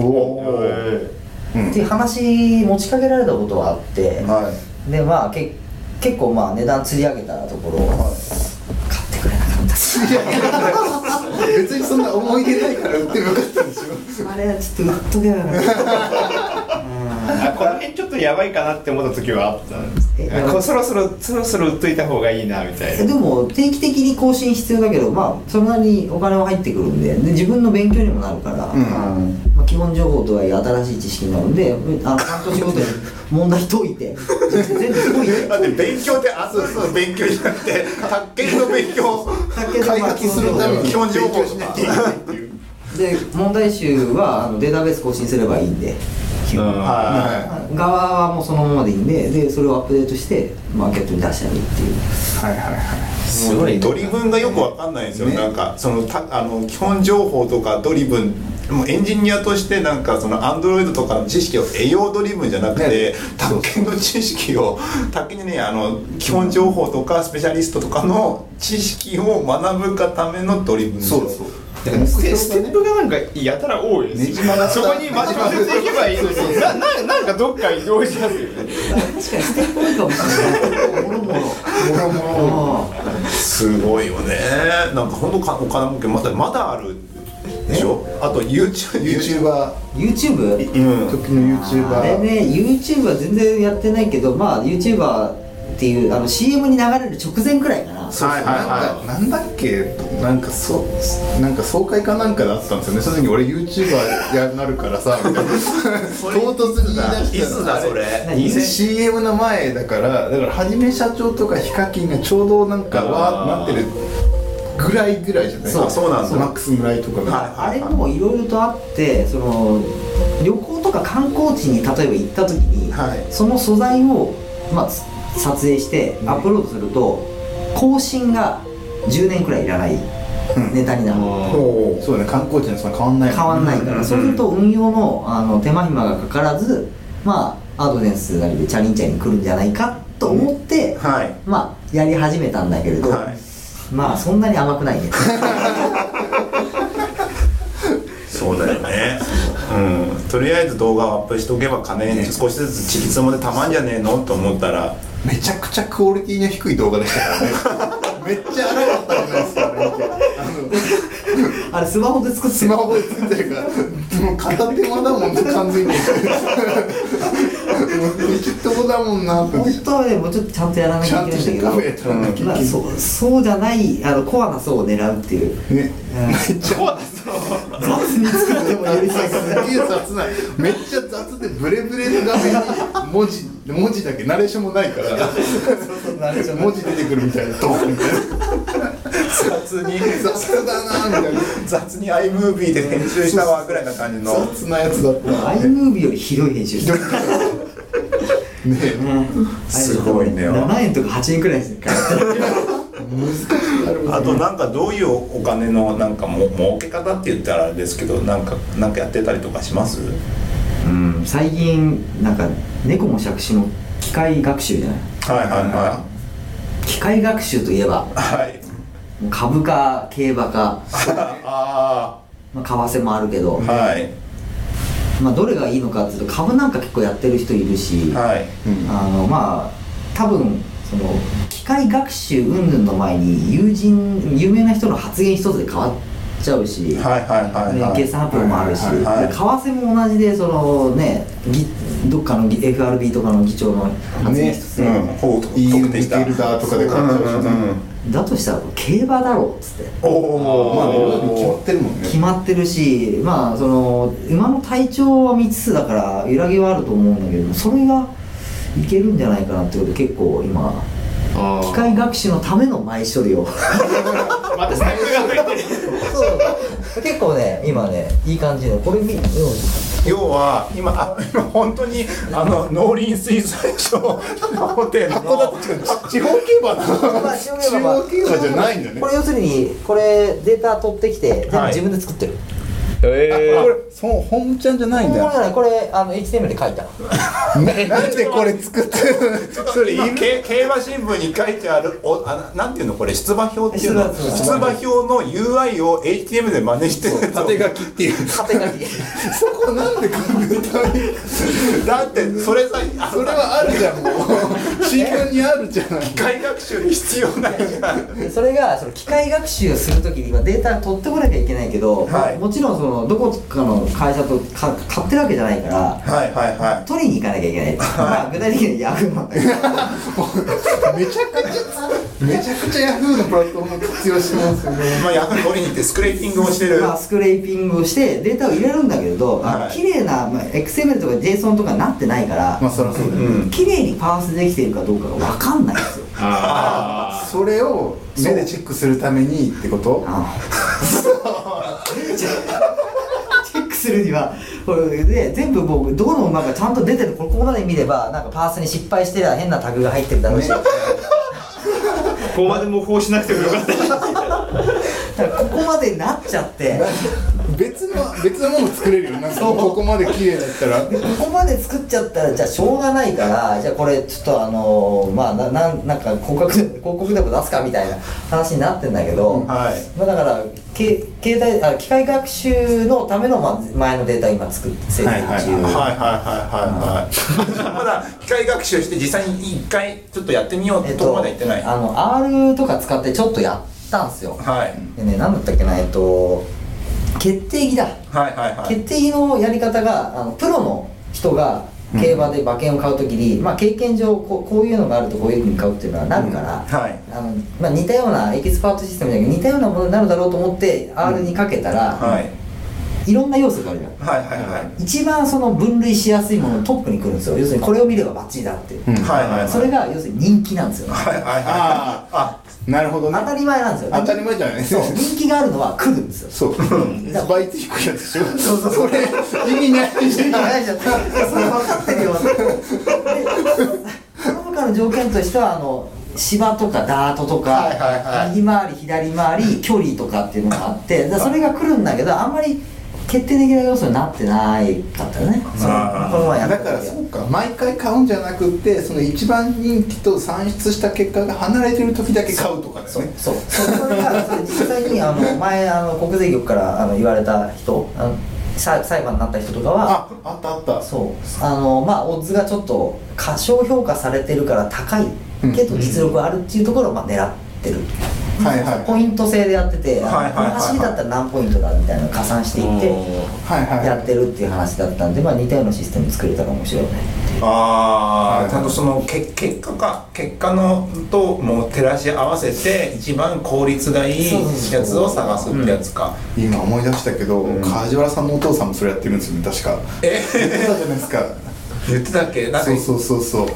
[SPEAKER 2] おお
[SPEAKER 4] え
[SPEAKER 2] うん
[SPEAKER 3] っていう話持ちかけられたことはあって、
[SPEAKER 1] は
[SPEAKER 3] でまあけ結構まあ値段釣り上げたところ、買ってくれなかったっす
[SPEAKER 2] 別にそんな思い出ないから売ってなかったんでし
[SPEAKER 3] あれはちょっと売っとけばよかったうん
[SPEAKER 4] あこの辺ちょっとやばいかなって思った時はあったんです
[SPEAKER 3] え
[SPEAKER 4] あこうそろそろそろそろ売っといた方がいいなみたい
[SPEAKER 3] え
[SPEAKER 4] な
[SPEAKER 3] でも定期的に更新必要だけどまあそれなりにお金は入ってくるんでで自分の勉強にもなるから、
[SPEAKER 2] うん
[SPEAKER 3] まあ、基本情報とはいえ新しい知識になるんであの半年ごとに問題解いて全部解いて
[SPEAKER 1] いだって勉強ってあそうそう勉強じゃなくて宅建の勉強
[SPEAKER 3] だけど
[SPEAKER 2] ょ
[SPEAKER 3] まあ
[SPEAKER 2] 開発するために
[SPEAKER 1] 基本情報
[SPEAKER 2] 勉強しなきゃいけないっていう
[SPEAKER 3] で問題集はあのデータベース更新すればいいんで
[SPEAKER 4] うん
[SPEAKER 1] は
[SPEAKER 2] は
[SPEAKER 3] 側はもうそのままでいいんででそれをアップデートしてマーケットに出したりっていう
[SPEAKER 2] いはいはいはい
[SPEAKER 1] い
[SPEAKER 4] すごい
[SPEAKER 1] ドリブンがよくわかんないんですよ、
[SPEAKER 2] ね
[SPEAKER 1] なんかそのたあの基本情報とかドリブンもうエンジニアとしてなんかそのアンドロイドとかの知識を栄養ドリブンじゃなくて
[SPEAKER 2] ね
[SPEAKER 1] 宅建の知識を宅建にねあの基本情報とかスペシャリストとかの知識を学ぶがためのドリブンですよ
[SPEAKER 2] そうそう
[SPEAKER 4] だからステステップがなんかやたら多いですよ、
[SPEAKER 2] ねじ曲がった
[SPEAKER 4] そこにまじまじていけばいいのになななんかどっか移動しますよ ね
[SPEAKER 3] 確かにステップ多いかもしれない。もろもろ。ああ
[SPEAKER 1] すごいよねなんか本当かお金儲けまだまだあるでしょあと YouTube
[SPEAKER 2] YouTuber
[SPEAKER 3] YouTube?
[SPEAKER 1] うん
[SPEAKER 2] 時の
[SPEAKER 3] あれ
[SPEAKER 2] YouTuber
[SPEAKER 3] ね YouTube は全然やってないけどまあ YouTuber っていうあの CM に流れる直前くらいかな
[SPEAKER 1] はいはい
[SPEAKER 2] なんか
[SPEAKER 1] は
[SPEAKER 2] なんだっけなんかそうなんか総会かなんかであったんですよねその時に俺 YouTuber やなるからさみたいな唐突に言い出し
[SPEAKER 1] い
[SPEAKER 2] た
[SPEAKER 1] いつだそれ
[SPEAKER 3] 何
[SPEAKER 1] 2000
[SPEAKER 2] CM の前だからだからはじめ社長とかヒカキンがちょうどなんかわー
[SPEAKER 4] あー
[SPEAKER 2] ってなってるぐらいぐらいじゃない
[SPEAKER 1] そうそうなんだ
[SPEAKER 2] マックス村井とかが、
[SPEAKER 1] はい
[SPEAKER 3] あれもいろいろとあってその旅行とか観光地に例えば行った時に、
[SPEAKER 1] はい
[SPEAKER 3] その素材を、まあ、つ撮影してアップロードすると、更新が10年くらいいらないネタになる、
[SPEAKER 1] ほ
[SPEAKER 2] そうだね観光地のそんな変わんない
[SPEAKER 3] 変わんないから、
[SPEAKER 1] うん
[SPEAKER 3] そうすると運用のあの手間暇がかからずまあアドレスなりでチャリンチャリン来るんじゃないかと思って、
[SPEAKER 1] うはい
[SPEAKER 3] まあやり始めたんだけれど、
[SPEAKER 1] はい
[SPEAKER 3] まあそんなに甘くないね
[SPEAKER 1] そうだよねうんとりあえず動画をアップしとけば金に少しずつちりつもでたまんじゃねえのと思ったら
[SPEAKER 2] めちゃくちゃクオリティの低い動画でしたからねめっちゃ荒かったじゃないですかあれ見てあ
[SPEAKER 3] あれスマホで作
[SPEAKER 2] の
[SPEAKER 3] って
[SPEAKER 2] ス
[SPEAKER 3] る
[SPEAKER 2] マホでついてるからもう片手間だもんね完全にリキッドボだもんなって
[SPEAKER 3] 本当はねもうちょっとちゃんとやらなきゃいけないんだけど
[SPEAKER 2] ちゃんとしたカフェやらなきゃいけない
[SPEAKER 3] まあ、そうそうじゃないあのコアな層を狙うっていう
[SPEAKER 2] ね
[SPEAKER 3] 雑に作ってもよりそう
[SPEAKER 2] すげえ雑なめっちゃ雑でブレブレの画面に文字文字だけナレーションもないから文字出てくるみたいなドーンみたいな
[SPEAKER 1] 雑に
[SPEAKER 2] 雑だなみたいな
[SPEAKER 1] 雑に iMovie で編集したわぐらいな感じの
[SPEAKER 2] 雑なやつだったね
[SPEAKER 3] iMovie よりひどい編集してる
[SPEAKER 2] え
[SPEAKER 1] すごいね
[SPEAKER 3] 7円とか8円くらいですね
[SPEAKER 1] あとなんかどういうお金のなんかも儲け方って言ったらあれですけどなんかなんかやってたりとかしますうん
[SPEAKER 3] 最近なんか猫も借子の機械学習じゃない
[SPEAKER 1] はいは
[SPEAKER 3] 機械学習といえば
[SPEAKER 1] いはいはい
[SPEAKER 3] 株価競馬か、
[SPEAKER 1] あ
[SPEAKER 3] まあ、為替もあるけど
[SPEAKER 1] あ、はい
[SPEAKER 3] まあ、どれがいいのかっていうと株なんか結構やってる人いるし、
[SPEAKER 1] はい
[SPEAKER 3] あのまあ多分その機械学習云々の前に友人有名な人の発言一つで変わっちゃうし、
[SPEAKER 1] はいはいはい
[SPEAKER 3] ね
[SPEAKER 1] はい
[SPEAKER 3] 決算発表もあるし、
[SPEAKER 1] はいはいはい
[SPEAKER 3] で為替も同じでそのねぎどっかのぎ FRB とかの議長の発言一つで、
[SPEAKER 1] うんほうと
[SPEAKER 2] いい
[SPEAKER 1] 特定した
[SPEAKER 2] 似てるだとかで買っちゃうしね
[SPEAKER 3] だとしたら競馬だろうっつって
[SPEAKER 1] おお
[SPEAKER 2] まあいろいろ決まってるもんね
[SPEAKER 3] 決まってるしまあその馬の体調は未知数だから揺らぎはあると思うんだけどそれがいけるんじゃないかなってことで結構今
[SPEAKER 4] あ
[SPEAKER 3] 機械学習のための前処理を
[SPEAKER 4] またステップが増えてる
[SPEAKER 3] 結構ね今ねいい感じのこれ見、うん、
[SPEAKER 1] 要は今あ今本当にあの農林水産省ホテルの
[SPEAKER 2] 地方競馬なの
[SPEAKER 3] まあ中
[SPEAKER 2] 中央競馬じゃないんだね
[SPEAKER 3] これ要するにこれデータ取ってきて全部
[SPEAKER 1] はい
[SPEAKER 3] 自分で作ってる、
[SPEAKER 4] え
[SPEAKER 2] これその本ちゃんじゃないんだ
[SPEAKER 3] これねこれあの HTML で書いた
[SPEAKER 2] ななんでこれ作ってるのそれい
[SPEAKER 1] 今
[SPEAKER 2] る
[SPEAKER 1] け競馬新聞に書いてあるおあななんていうのこれ出馬表っていうの
[SPEAKER 3] 出馬
[SPEAKER 1] 出馬表の UI を HTML で真似してるや
[SPEAKER 2] 縦書きっていう
[SPEAKER 3] 縦書き
[SPEAKER 2] そこなんで考えたの
[SPEAKER 1] つだってそれさあ
[SPEAKER 2] それはあるじゃんもう 新聞にあるじゃない
[SPEAKER 1] 機械学習に必要ないじゃん
[SPEAKER 3] でそれがその機械学習をするときに今データ取ってこなきゃいけないけど、
[SPEAKER 1] はい
[SPEAKER 3] もちろんそのどこかの会社とか買ってるわけじゃないから
[SPEAKER 1] はいはいは
[SPEAKER 3] 取りに行かなきゃいけない、まあ具体的にはヤフーなんだけど
[SPEAKER 2] めちゃくちゃめちゃくちゃヤフーのプラットフォーム活用してますよね
[SPEAKER 1] いまあやはり取りに行ってスクレーピングをしてる
[SPEAKER 3] まあ、
[SPEAKER 1] は
[SPEAKER 3] スクレーピングをしてデータを入れるんだけれど、あの
[SPEAKER 1] はい
[SPEAKER 3] 綺麗な、まあ、XML とか JSON とかになってないから、
[SPEAKER 2] まあそりゃそうだよね
[SPEAKER 3] 綺麗にパースできてるかどうかが分かんないんですよ
[SPEAKER 4] あ
[SPEAKER 2] それを目でチェックするためにってこと
[SPEAKER 3] あのチェックするにはこれで全部もうどの馬がちゃんと出てるここまで見ればなんかパースに失敗してりゃ変なタグが入ってるだろうし、
[SPEAKER 4] あここまで模倣しなくてもよかった
[SPEAKER 3] だからここまでなっちゃって
[SPEAKER 2] 別の別のもの作れるよなんかここまで綺麗だったら
[SPEAKER 3] ここまで作っちゃったらじゃあしょうがないからじゃあこれちょっとあのーまあななんなんか広告で広告でも出すかみたいな話になってんだけど、
[SPEAKER 1] はい
[SPEAKER 3] まあ、だからけ携帯あ機械学習のための、まあ、前のデータを今作って整理中、
[SPEAKER 2] はいは
[SPEAKER 1] はいは
[SPEAKER 2] い
[SPEAKER 1] いはいはいはいまだ機械学習して実際に一回ちょっとやってみようってとこまで行ってない、
[SPEAKER 3] あの R とか使ってちょっとやったんすよ
[SPEAKER 1] はい
[SPEAKER 3] でね何だったっけなえっと決定機だ、
[SPEAKER 1] はいはいはい
[SPEAKER 3] 決定機のやり方があのプロの人が競馬で馬券を買うときに、まあ、経験上こうこういうのがあるとこういうふうに買うっていうのはなるから、
[SPEAKER 1] はい
[SPEAKER 3] あのまあ、似たようなエキスパートシステムだけど似たようなものになるだろうと思って R にかけたら、
[SPEAKER 1] はい
[SPEAKER 3] いろんな要素があるじゃん
[SPEAKER 1] はいはいはい
[SPEAKER 3] 一番その分類しやすいもののトップに来るんですよ要するにこれを見ればバッチリだって、
[SPEAKER 2] ん
[SPEAKER 1] はいはいはい
[SPEAKER 3] それが要するに人気なんですよ、
[SPEAKER 1] はいはいはい
[SPEAKER 2] あ
[SPEAKER 1] あ
[SPEAKER 2] なるほど
[SPEAKER 3] 当
[SPEAKER 2] ね
[SPEAKER 3] たり前なんですよ
[SPEAKER 2] 当たり前じゃない
[SPEAKER 3] そう人気があるのは来るんですよ
[SPEAKER 2] そう倍率低いやつでしょそうそうそれ意味ない
[SPEAKER 3] いやいやいやそれ分かってるよでその他の条件としてはあの芝とかダートとか、
[SPEAKER 1] はいはいはい
[SPEAKER 3] 右回り左回り距離とかっていうのがあってでそれが来るんだけどあんまり決定的な要素になってないかったよねその
[SPEAKER 1] あー
[SPEAKER 3] この前やっ
[SPEAKER 2] だ
[SPEAKER 3] た
[SPEAKER 2] から
[SPEAKER 3] 時は
[SPEAKER 2] そうか毎回買うんじゃなくってその一番人気と算出した結果が離れてる時だけ買うとかです
[SPEAKER 3] そう
[SPEAKER 2] ね
[SPEAKER 3] そうそれがそれ実際にあの前あの国税局からあの言われた人あのさ裁判になった人とかは
[SPEAKER 2] ああったあった
[SPEAKER 3] そうあのまあオッズがちょっと過小評価されてるから高いけど実力あるっていうところをまあ狙ってる、
[SPEAKER 2] はいはい
[SPEAKER 3] ポイント制でやってて、
[SPEAKER 1] はいはいはいはい
[SPEAKER 3] この走りだったら何ポイントだみたいなのを加算していって
[SPEAKER 2] はいはい
[SPEAKER 3] やってるっていう話だったんで、まあ、似たようなシステム作れたら面白いよね
[SPEAKER 1] あーちゃんとそのけ結果か結果のともう照らし合わせて一番効率がいい
[SPEAKER 3] そうそうそう
[SPEAKER 1] やつを探すってやつか、
[SPEAKER 2] 今思い出したけど、梶原さんのお父さんもそれやってるんですよね確か
[SPEAKER 1] え
[SPEAKER 2] 言ってたじゃないですか
[SPEAKER 1] 言ってたっけなんか
[SPEAKER 2] そうそうそうそう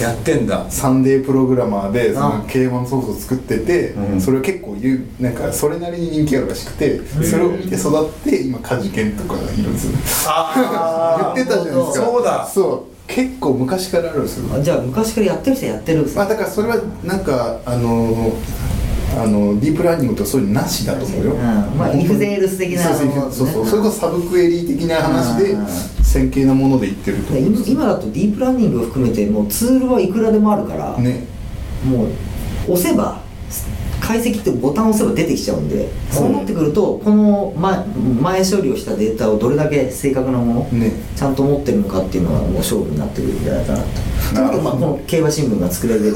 [SPEAKER 1] やってんだ
[SPEAKER 2] サンデープログラマーでそ
[SPEAKER 3] あ
[SPEAKER 2] の競馬のソフトを作ってて、
[SPEAKER 1] うん
[SPEAKER 2] それを結構言うなんかそれなりに人気があるらしくてそれを見て育って今カジケンとかがいるんですよ言
[SPEAKER 1] あ
[SPEAKER 2] っ
[SPEAKER 1] ー
[SPEAKER 2] てたじゃないですか
[SPEAKER 1] そうだ
[SPEAKER 2] そう結構昔からあるんですよ
[SPEAKER 3] あじゃあ昔からやってる人はやってるんです
[SPEAKER 2] まあ
[SPEAKER 3] よ
[SPEAKER 2] だからそれはなんかあのあのディープラーニングとかそういうのなしだと思うよ、
[SPEAKER 3] うんまあ
[SPEAKER 2] 本当に
[SPEAKER 3] if they else 的な
[SPEAKER 2] そうそうそうそうそれこそサブクエリー的な話で
[SPEAKER 3] うん
[SPEAKER 2] 線形なもので言ってると
[SPEAKER 3] で
[SPEAKER 2] 思うん
[SPEAKER 3] 今
[SPEAKER 2] ですよ
[SPEAKER 3] 今だとディープラーニングを含めてもうツールはいくらでもあるから、
[SPEAKER 2] ね
[SPEAKER 3] もう押せば解析ってボタンを押せば出てきちゃうんでそうなってくるとこの前前処理をしたデータをどれだけ正確なもの
[SPEAKER 2] ね
[SPEAKER 3] ちゃんと持ってるのかっていうのはもう勝負になってくるんじゃないかなと。とにかくまあこの競馬新聞が作れる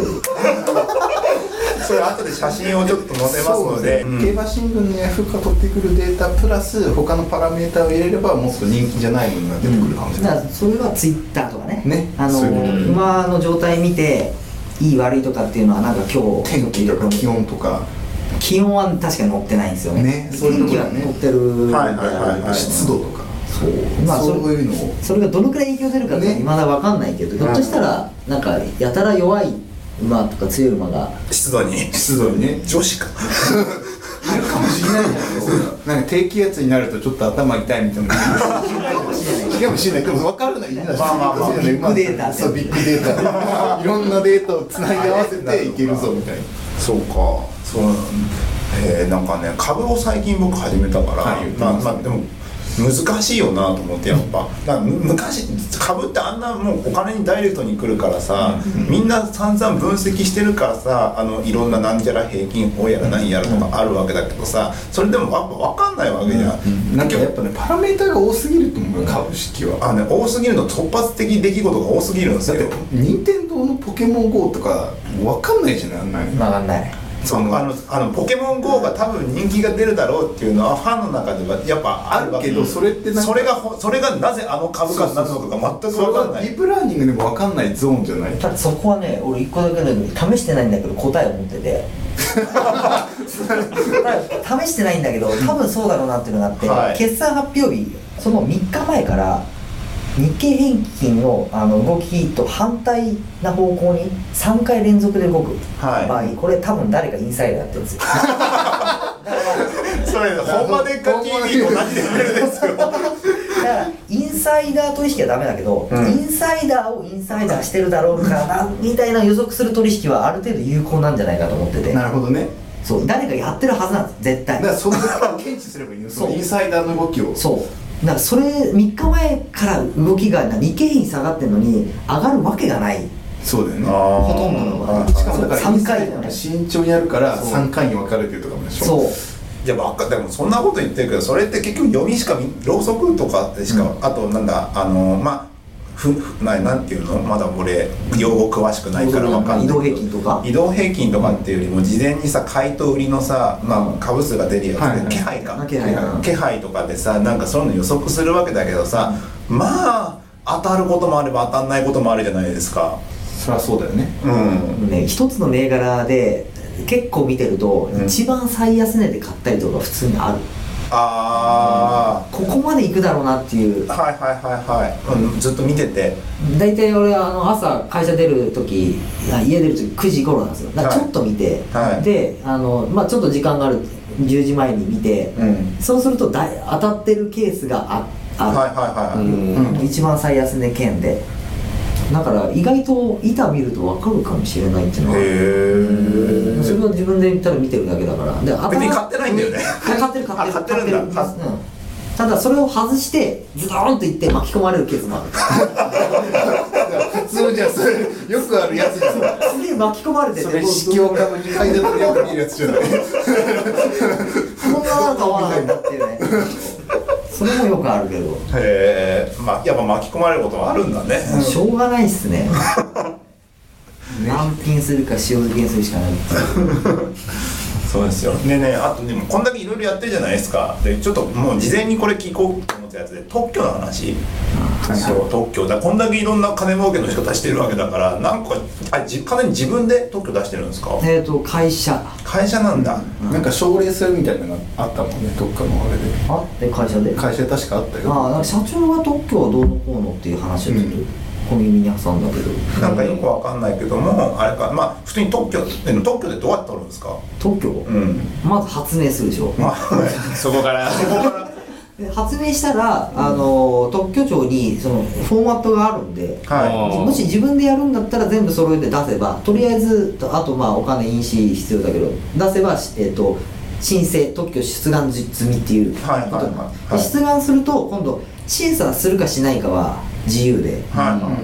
[SPEAKER 1] それ後で写真をちょっと載せますので
[SPEAKER 2] そうね競馬新聞のヤフーから取ってくるデータプラス他のパラメータを入れればもっと人気じゃないものが出てくるかもしれ
[SPEAKER 3] だ
[SPEAKER 2] な
[SPEAKER 3] か
[SPEAKER 2] い、
[SPEAKER 3] らそれはツイッターとかね
[SPEAKER 2] ね
[SPEAKER 3] あの
[SPEAKER 2] そういうことね
[SPEAKER 3] 馬の状態見ていい悪いとかっていうのはなんか今日
[SPEAKER 2] 天気とか気温とか
[SPEAKER 3] 気温は確かに載ってないんですよね
[SPEAKER 2] ねそういうと
[SPEAKER 3] 天気
[SPEAKER 2] こ
[SPEAKER 3] は
[SPEAKER 2] だね
[SPEAKER 3] 載ってるんで
[SPEAKER 1] はいはいはいはい
[SPEAKER 2] 湿度とか、
[SPEAKER 3] そうまあそ
[SPEAKER 2] そう
[SPEAKER 3] れ
[SPEAKER 2] いうのを
[SPEAKER 3] それがどのくらい影響出るかって
[SPEAKER 2] ね
[SPEAKER 3] いまだわかんないけど、ひょっとしたらなんかやたら弱い馬とか強い馬が
[SPEAKER 1] 湿度に
[SPEAKER 2] 湿度にね
[SPEAKER 1] 女子か
[SPEAKER 2] あるかもしれないじゃないですか。なんか低気圧になるとちょっと頭痛いみたいな。かもしれない。でも分からない。ま
[SPEAKER 1] あまあまあ
[SPEAKER 2] ビ
[SPEAKER 3] ビッグデータ
[SPEAKER 2] そうビッグデータ。いろんなデータをつなぎ合わせていけるぞみたいな。
[SPEAKER 1] そうかそうなんだえーなんかね株を最近僕始めたから、
[SPEAKER 2] はい
[SPEAKER 1] まあまあでも難しいよなと思ってやっぱだからむ昔株ってあんなもうお金にダイレクトに来るからさ、みんな散々分析してるからさあのいろんななんちゃら平均法やら何やらとかあるわけだけどさそれでもやっぱ分かんないわけじゃん、
[SPEAKER 2] なんかやっぱねパラメータが多すぎると思うよ株式は。
[SPEAKER 1] あのね多すぎるの突発的出来事が多すぎるんです
[SPEAKER 2] だっ
[SPEAKER 1] よ
[SPEAKER 2] て任天堂のポケモン GO とか分かんないじゃないあんなに。
[SPEAKER 3] 曲がんない
[SPEAKER 1] そのあのあのポケモン GO が多分人気が出るだろうっていうのはファンの中ではやっぱあるわけ
[SPEAKER 2] あるけどそれってなんか
[SPEAKER 1] それがほそれがなぜあの株価になるのか全く分かんな
[SPEAKER 2] ディ
[SPEAKER 1] い
[SPEAKER 2] ープラーニングでも分かんないゾーンじゃない。
[SPEAKER 3] ただそこはね俺一個だけだけど試してないんだけど答えを持ってて答え試してないんだけど多分そうだろうなっていうのがあって、
[SPEAKER 1] はい
[SPEAKER 3] 決算発表日その3日前から日経平均のあの動きと反対な方向に3回連続で動く
[SPEAKER 1] はい
[SPEAKER 3] 場合、これ多分誰かインサイダーやってるんですよ
[SPEAKER 1] それ本場で課金に同じレベルですよ
[SPEAKER 3] だからインサイダー取引はダメだけど、
[SPEAKER 1] うん
[SPEAKER 3] インサイダーをインサイダーしてるだろうからなみたいな予測する取引はある程度有効なんじゃないかと思ってて
[SPEAKER 2] なるほどね。
[SPEAKER 3] そう誰かやってるはずなんです絶
[SPEAKER 2] だ
[SPEAKER 3] 対
[SPEAKER 2] からそのから検知すればいいのその
[SPEAKER 3] そう
[SPEAKER 2] インサイダーの動きを
[SPEAKER 3] そうだからそれ3日前から動きが日経平均下がってるのに上がるわけがない
[SPEAKER 2] そうだよね
[SPEAKER 1] ほ
[SPEAKER 3] ほとんどの
[SPEAKER 2] あ
[SPEAKER 3] が
[SPEAKER 2] しかもだから
[SPEAKER 3] 3
[SPEAKER 2] イ
[SPEAKER 3] 回
[SPEAKER 2] ンサイダーが慎重にやるから
[SPEAKER 3] そう
[SPEAKER 2] 3回に分かれてるとかもでしょ
[SPEAKER 3] そう
[SPEAKER 1] いやばっかでもそんなこと言ってるけどそれって結局読みしか見ろうそくとかでしか、あとなんだあのまあふふないなんていうのまだ俺用語詳しくないからわかんない
[SPEAKER 3] 移動平均とか
[SPEAKER 1] 移動平均とかっていうよりも事前にさ買いと売りのさ、まあ、株数が出るやつで、
[SPEAKER 2] はいはい
[SPEAKER 1] 気配か
[SPEAKER 3] 気配か
[SPEAKER 1] 気配とかでさなんかそういうの予測するわけだけどさ、まあ当たることもあれば当たんないこともあるじゃないですか
[SPEAKER 2] そりゃそうだよね
[SPEAKER 1] うん
[SPEAKER 3] ね、一つの銘柄で結構見てると、
[SPEAKER 1] うん
[SPEAKER 3] 一番最安値で買ったりとか普通にある
[SPEAKER 1] あ
[SPEAKER 3] ここまで行くだろうなっていう
[SPEAKER 1] あはいはいはいはい、うん、ずっと見てて
[SPEAKER 3] 大体俺あの朝会社出る時あ家出る時9時頃なんですよだから
[SPEAKER 1] はい
[SPEAKER 3] ちょっと見て、
[SPEAKER 1] はい
[SPEAKER 3] であの、まあ、ちょっと時間がある10時前に見て、
[SPEAKER 1] うん
[SPEAKER 3] そうするとだい当たってるケースがああ
[SPEAKER 1] はい
[SPEAKER 3] る、
[SPEAKER 1] はいはいはい、
[SPEAKER 2] うん
[SPEAKER 3] 一番最安値圏でだから意外と板見ると分かるかもしれないっていうのは
[SPEAKER 1] へえ
[SPEAKER 3] それは自分でただ見てるだけだからで頭
[SPEAKER 1] 別に買ってないんだよね
[SPEAKER 3] 買ってる買ってる
[SPEAKER 1] あ買ってるんだ
[SPEAKER 3] 買ってるうんただそれを外してズドーンといって巻き込まれるケースもある
[SPEAKER 2] 普通じゃそれよくあるやつじゃん
[SPEAKER 3] すげえ巻き込まれてて
[SPEAKER 2] それ
[SPEAKER 3] こう
[SPEAKER 2] 試供家の2階建てでよく見るやつじゃない
[SPEAKER 3] こんななんか合わないんだっていうねそれもよくあるけど
[SPEAKER 1] へえまあやっぱ巻き込まれることはあるんだね
[SPEAKER 3] しょうがないっすね軟品するか塩漬けにするしかないっていう
[SPEAKER 1] そうですよでねあとでもこんだけいろいろやってるじゃないですかでちょっともう事前にこれ聞こうと思ったやつで特許の話そう特許だこんだけいろんな金儲けの仕方してるわけだからなんかあじ金に自分で特許出してるんですか
[SPEAKER 3] えっと会社
[SPEAKER 1] 会社なんだ、
[SPEAKER 2] なんか奨励するみたいなのがあったもんねどっかのあれで
[SPEAKER 3] あって会社で
[SPEAKER 2] 会社確かあったよ
[SPEAKER 3] ああなんか社長が特許はどうのこうのっていう話をちょっと小耳に挟んだけど、
[SPEAKER 1] なんかよくわかんないけどもあれかまあ普通に特許って特許でどうやって取るんですか
[SPEAKER 3] 特許、
[SPEAKER 1] うん
[SPEAKER 3] まず発明するでしょ、
[SPEAKER 1] まあはいそこ からそこから
[SPEAKER 3] で発明したら、あの特許庁にそのフォーマットがあるんで
[SPEAKER 1] は
[SPEAKER 3] もし自分でやるんだったら全部揃えて出せばとりあえずとあとまあお金印紙必要だけど出せば、えっと申請特許出願済みっていうこと
[SPEAKER 1] はいはいはい
[SPEAKER 3] になる
[SPEAKER 1] はい
[SPEAKER 3] で出願すると今度審査するかしないかは自由で、
[SPEAKER 1] いはい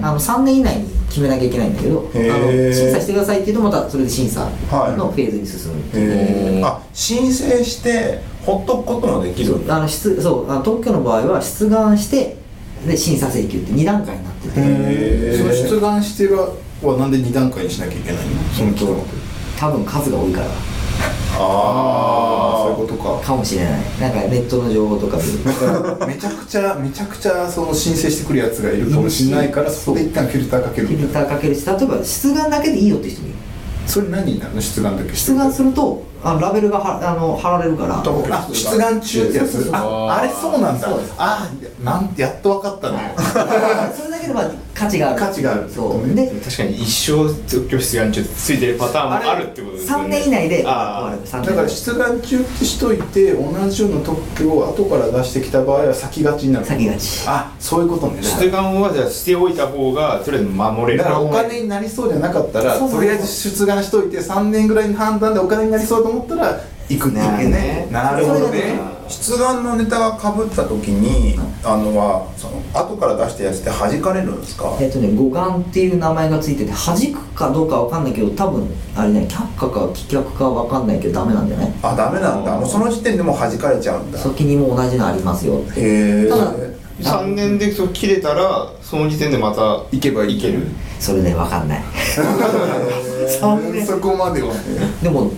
[SPEAKER 3] あの3年以内に決めなきゃいけないんだけどあ
[SPEAKER 1] へー
[SPEAKER 3] の審査してくださいっていうとまたそれで審査の
[SPEAKER 1] は
[SPEAKER 3] フェーズに進むっていう
[SPEAKER 1] えー、あ申請してほっとくこともできるんだ
[SPEAKER 3] あの出そうあの特許の場合は出願してで審査請求って2段階になってて、
[SPEAKER 1] へ
[SPEAKER 2] その出願してるはなんで2段階にしなきゃいけないのその期間
[SPEAKER 3] 多分数が多いから
[SPEAKER 1] あ
[SPEAKER 2] あ
[SPEAKER 1] あ
[SPEAKER 2] あそういうこと
[SPEAKER 3] かもしれないなんかネットの情報とか見る
[SPEAKER 2] かだ からめちゃくちゃめちゃくちゃその申請してくるやつがいるかもしれないからそこで一旦フィルターかける
[SPEAKER 3] フ
[SPEAKER 2] み
[SPEAKER 3] ィル
[SPEAKER 2] たい
[SPEAKER 3] ターかけるし例えば出願だけでいいよって人もいる
[SPEAKER 2] なそれ何になるの出願だけして
[SPEAKER 3] 出
[SPEAKER 2] る
[SPEAKER 3] 願するとあのラベルがはあの貼られるから
[SPEAKER 1] と
[SPEAKER 2] あ出願中ってや
[SPEAKER 3] そうそう
[SPEAKER 2] つ
[SPEAKER 3] そう
[SPEAKER 2] ああれそうなんだ
[SPEAKER 3] そうです
[SPEAKER 2] あーなんやっと分かったね
[SPEAKER 3] それだけでまあ価値がある
[SPEAKER 2] 価値がある
[SPEAKER 3] そ
[SPEAKER 2] ごめ
[SPEAKER 3] うんで
[SPEAKER 4] 確かに一生特許出願中ついてるパターンもあるってことですよね
[SPEAKER 3] 3年以内で
[SPEAKER 4] あ
[SPEAKER 3] 終わ
[SPEAKER 2] だ
[SPEAKER 3] る
[SPEAKER 2] から出願中ってしといて同じような特許を後から出してきた場合は先勝ちになる
[SPEAKER 3] 先勝ち
[SPEAKER 2] あそういうことね
[SPEAKER 4] あ出願はじゃあしておいた方がとりあえず守れる
[SPEAKER 2] だからお金になりそうじゃなかったら
[SPEAKER 3] そうそう
[SPEAKER 2] とりあえず出願しといて3年ぐらいの判断でお金になりそうと思ったら行くね
[SPEAKER 3] なるほ
[SPEAKER 2] なるほ
[SPEAKER 3] どね
[SPEAKER 2] どね
[SPEAKER 1] 出願のネタがかぶった時にあのはその後から出したやつって弾かれるんですか
[SPEAKER 3] えっとね、五眼っていう名前がついてて弾くかどうかわかんないけど多分あれね却下か棄却かわかんないけどダメなんじゃない
[SPEAKER 1] あダメなんだもうその時点でもう弾かれちゃうんだへ
[SPEAKER 3] 先にも同じのありますよ
[SPEAKER 1] え
[SPEAKER 3] ただ
[SPEAKER 4] 3年でそう切れたらその時点でまた
[SPEAKER 2] 行けばいい
[SPEAKER 4] いける
[SPEAKER 3] それねわかんない三年
[SPEAKER 2] そこまでは
[SPEAKER 3] でも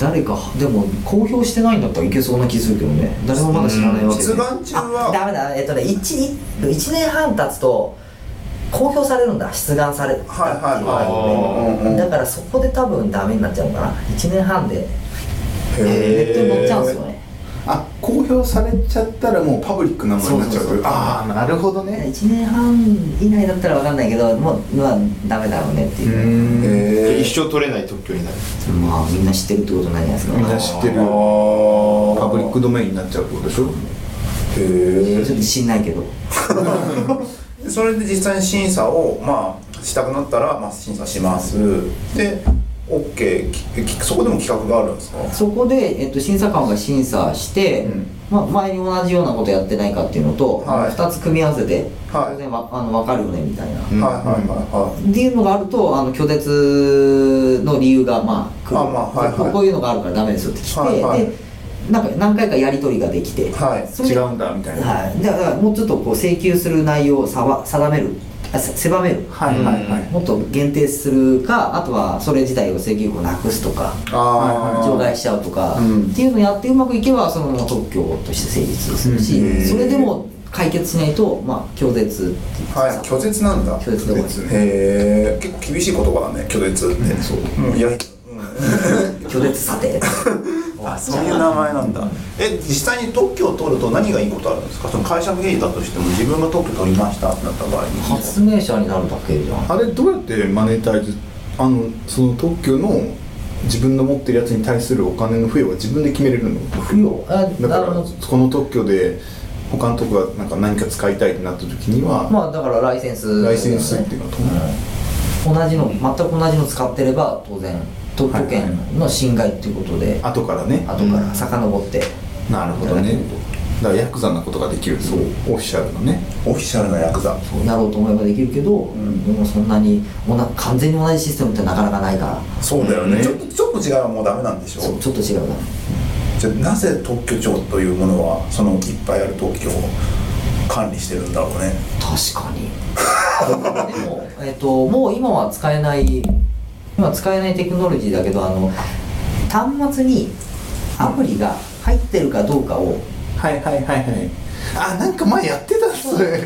[SPEAKER 3] 誰かでも公表してないんだったらいけそうな気するけどね誰もまだ知らないわけで
[SPEAKER 1] 出願中
[SPEAKER 3] あ
[SPEAKER 1] は
[SPEAKER 3] ダメだえっとね 1, 1年半経つと公表されるんだ出願されたっていうのがあるんで
[SPEAKER 1] はいはいはいうんうん
[SPEAKER 3] だからそこで多分ダメになっちゃうのかな1年半で
[SPEAKER 1] へ
[SPEAKER 3] ネットに載っちゃうん
[SPEAKER 1] で
[SPEAKER 3] ですすよね
[SPEAKER 2] あ公表されちゃったらもうパブリックなものになっちゃう
[SPEAKER 3] そうそうそう
[SPEAKER 2] ああなるほどね
[SPEAKER 3] 1年半以内だったら分かんないけどもうまあダメだろうねって
[SPEAKER 2] うー
[SPEAKER 3] いう、
[SPEAKER 2] ん
[SPEAKER 1] へえ
[SPEAKER 4] 一生取れない特許になる
[SPEAKER 3] まあみんな知ってるってことないじゃないですか
[SPEAKER 2] みんな知ってるパ
[SPEAKER 1] パ
[SPEAKER 2] ブリックドメインになっちゃうってことでしょ
[SPEAKER 1] へえ
[SPEAKER 3] ちょっと自信ないけど
[SPEAKER 1] でそれで実際に審査をまあしたくなったら、まあ、審査しますで OK ききそこでも企画があるんですか
[SPEAKER 3] そこで、えっと、審査官が審査して、
[SPEAKER 1] うん
[SPEAKER 3] まあ、前に同じようなことやってないかっていうのと、
[SPEAKER 1] はい
[SPEAKER 3] 2つ組み合わせて、
[SPEAKER 1] はい
[SPEAKER 3] 当然わあの分かるよねみたいな、
[SPEAKER 1] はいはいはいはい
[SPEAKER 3] っていうのがあるとあの拒絶の理由がまあ来る
[SPEAKER 1] あまあはいはい
[SPEAKER 3] こうこういうのがあるからダメですよって来て、
[SPEAKER 1] はいはい
[SPEAKER 3] でなんか何回かやり取りができて、そ
[SPEAKER 1] はい
[SPEAKER 3] れ
[SPEAKER 1] 違うんだみたいな
[SPEAKER 3] はい、だからもうちょっとこう請求する内容をさわ定めるあせ狭める、
[SPEAKER 1] はいはいはい
[SPEAKER 3] もっと限定するかあとはそれ自体を請求権をなくすとか
[SPEAKER 1] あー
[SPEAKER 3] 除外しちゃうとか、
[SPEAKER 1] うん
[SPEAKER 3] っていうのをやってうまくいけばそのまま特許として成立するし、
[SPEAKER 1] うん
[SPEAKER 3] それでも解決しないと、まあ、拒絶っていうか
[SPEAKER 1] はい拒絶なんだ
[SPEAKER 3] 拒絶の方
[SPEAKER 1] へえ結構厳しい言葉だね拒絶って
[SPEAKER 3] そう
[SPEAKER 1] もうやり
[SPEAKER 3] 拒絶査定
[SPEAKER 1] あそういう名前なんだえ実際に特許を取ると何がいいことあるんですかその会社経営だとしても自分が特許取りましたってなった場合に
[SPEAKER 3] 発明者になるだけじゃん
[SPEAKER 2] あれどうやってマネタイズあのその特許の自分の持ってるやつに対するお金の付与は自分で決めれるの
[SPEAKER 3] 不要あ
[SPEAKER 2] だか
[SPEAKER 3] あ
[SPEAKER 2] ら
[SPEAKER 3] の
[SPEAKER 2] この特許で他のとこがなんか何か使いたいってなった時には、
[SPEAKER 3] まあだからライセンス
[SPEAKER 2] ライセンスっていうのと、
[SPEAKER 3] 同じの全く同じの使ってれば当然特許権の侵害っていうことで、
[SPEAKER 2] 後からね
[SPEAKER 3] 後から遡って、
[SPEAKER 2] なるほどねだからヤクザなことができるそうオフィシャルのね
[SPEAKER 1] オフィシャルなヤクザ
[SPEAKER 3] そうやろうと思えばできるけど、もうそんなにおな完全に同じシステムってなかなかないから
[SPEAKER 1] そうだよね
[SPEAKER 2] うん
[SPEAKER 1] ちょっとちょっと違うのはもうダメなんでしょ
[SPEAKER 3] そうちょっと違うな
[SPEAKER 1] じゃあなぜ特許庁というものはそのいっぱいある特許を管理してるんだろうね
[SPEAKER 3] 確かにでも、えっともう今は使えない今使えないテクノロジーだけどあの端末にアプリが入ってるかどうかを
[SPEAKER 2] はいはいはいはいあなんか前やってたそれ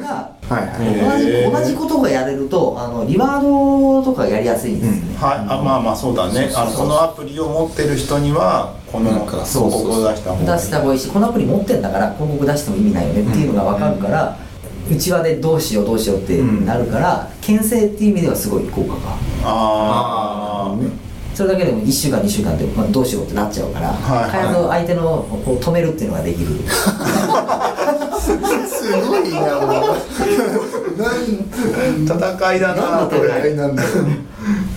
[SPEAKER 3] が
[SPEAKER 2] はい
[SPEAKER 3] 同
[SPEAKER 2] は
[SPEAKER 3] じ
[SPEAKER 1] へー
[SPEAKER 3] 同じことがやれるとあのリワードとかがやりやすいんですね、
[SPEAKER 1] はい、あまあまあそうだねあのこのアプリを持ってる人にはこの
[SPEAKER 2] なん
[SPEAKER 1] 広
[SPEAKER 2] かそうそうそう
[SPEAKER 1] 告を出した方がい
[SPEAKER 3] 出
[SPEAKER 1] い
[SPEAKER 3] した方がいいしこのアプリ持ってんだから広告出しても意味ないよねっていうのが分かるから、うちわでどうしようどうしようってなるから、牽制っていう意味ではすごい効果が
[SPEAKER 1] あ
[SPEAKER 2] ね
[SPEAKER 3] それだけでも1週間2週間で、まあ、どうしようってなっちゃうから、
[SPEAKER 1] はい
[SPEAKER 3] 開発を相手のを止めるっていうのができる
[SPEAKER 2] すごいなもうなん
[SPEAKER 1] あ戦いだな
[SPEAKER 2] なん
[SPEAKER 1] こ
[SPEAKER 2] だこれ
[SPEAKER 1] れ
[SPEAKER 2] なんだ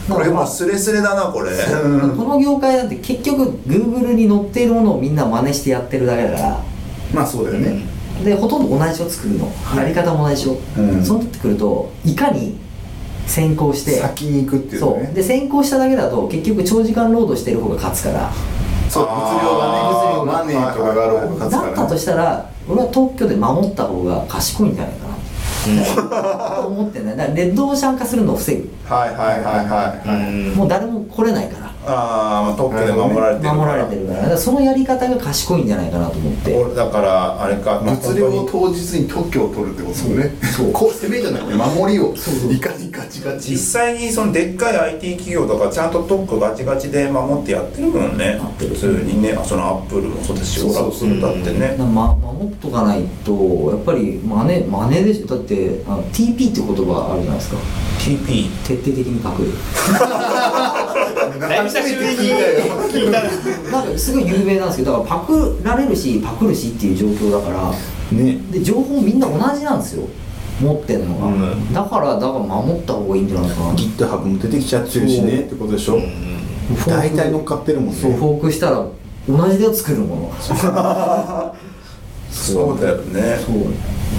[SPEAKER 1] これ
[SPEAKER 3] ま
[SPEAKER 1] も
[SPEAKER 3] あ
[SPEAKER 1] うスレスレだなこれ
[SPEAKER 3] この業界なんて結局 Google に載っているものをみんな真似してやってるだけだから
[SPEAKER 2] まあそうだよね
[SPEAKER 3] でほとんど同じを作るのやり方も同じを、
[SPEAKER 1] うん
[SPEAKER 3] そうなってくるといかに先行して
[SPEAKER 2] 先に行くっていう
[SPEAKER 3] そ
[SPEAKER 2] の
[SPEAKER 3] う
[SPEAKER 2] ね
[SPEAKER 3] で先行しただけだと結局長時間労働してる方が勝つから
[SPEAKER 2] そう物量
[SPEAKER 1] あー
[SPEAKER 2] がね物量マネーとかがある方が勝つから
[SPEAKER 3] だったと
[SPEAKER 2] ね
[SPEAKER 3] したら俺は特許で守った方が賢いんじゃないかな、 と思ってねだからレッドオーシャン化するのを防ぐ、
[SPEAKER 1] はいはいはいはい、
[SPEAKER 4] うん
[SPEAKER 3] もう誰も来れないから
[SPEAKER 1] あーまあ特許で守られてるから
[SPEAKER 3] 守られてるからだからそのやり方が賢いんじゃないかなと思って
[SPEAKER 1] 俺だからあれかまあ
[SPEAKER 2] 物量を
[SPEAKER 1] 本当に
[SPEAKER 2] 当日に特許を取るってことですよねそうこう攻めじゃなくて守りをいかにガチガチ
[SPEAKER 1] 実際にそのでっかい IT 企業とかちゃんと特許ガチガチで守ってやってるもんね
[SPEAKER 3] やってる
[SPEAKER 1] 普通にねあそのアップルもそうだしオラクルだってね
[SPEAKER 3] なま、守っとかないとやっぱり真似真似でしょだってあの TP って言葉あるじゃないですか
[SPEAKER 1] TP
[SPEAKER 3] 徹底的に隠れる
[SPEAKER 4] だいぶ久しぶりに聞いたら
[SPEAKER 3] なんかすごい有名なんですけどだからパクられるしパクるしっていう状況だから
[SPEAKER 2] ね
[SPEAKER 3] で情報みんな同じなんですよ持ってるのが、
[SPEAKER 4] うん
[SPEAKER 3] だからだから守った方がいいんじゃないかな
[SPEAKER 2] GitHub も出てきちゃってるしねってことでしょ大体乗っかってるもんね
[SPEAKER 3] そうフォークしたら同じで作るものそう
[SPEAKER 1] そうだよね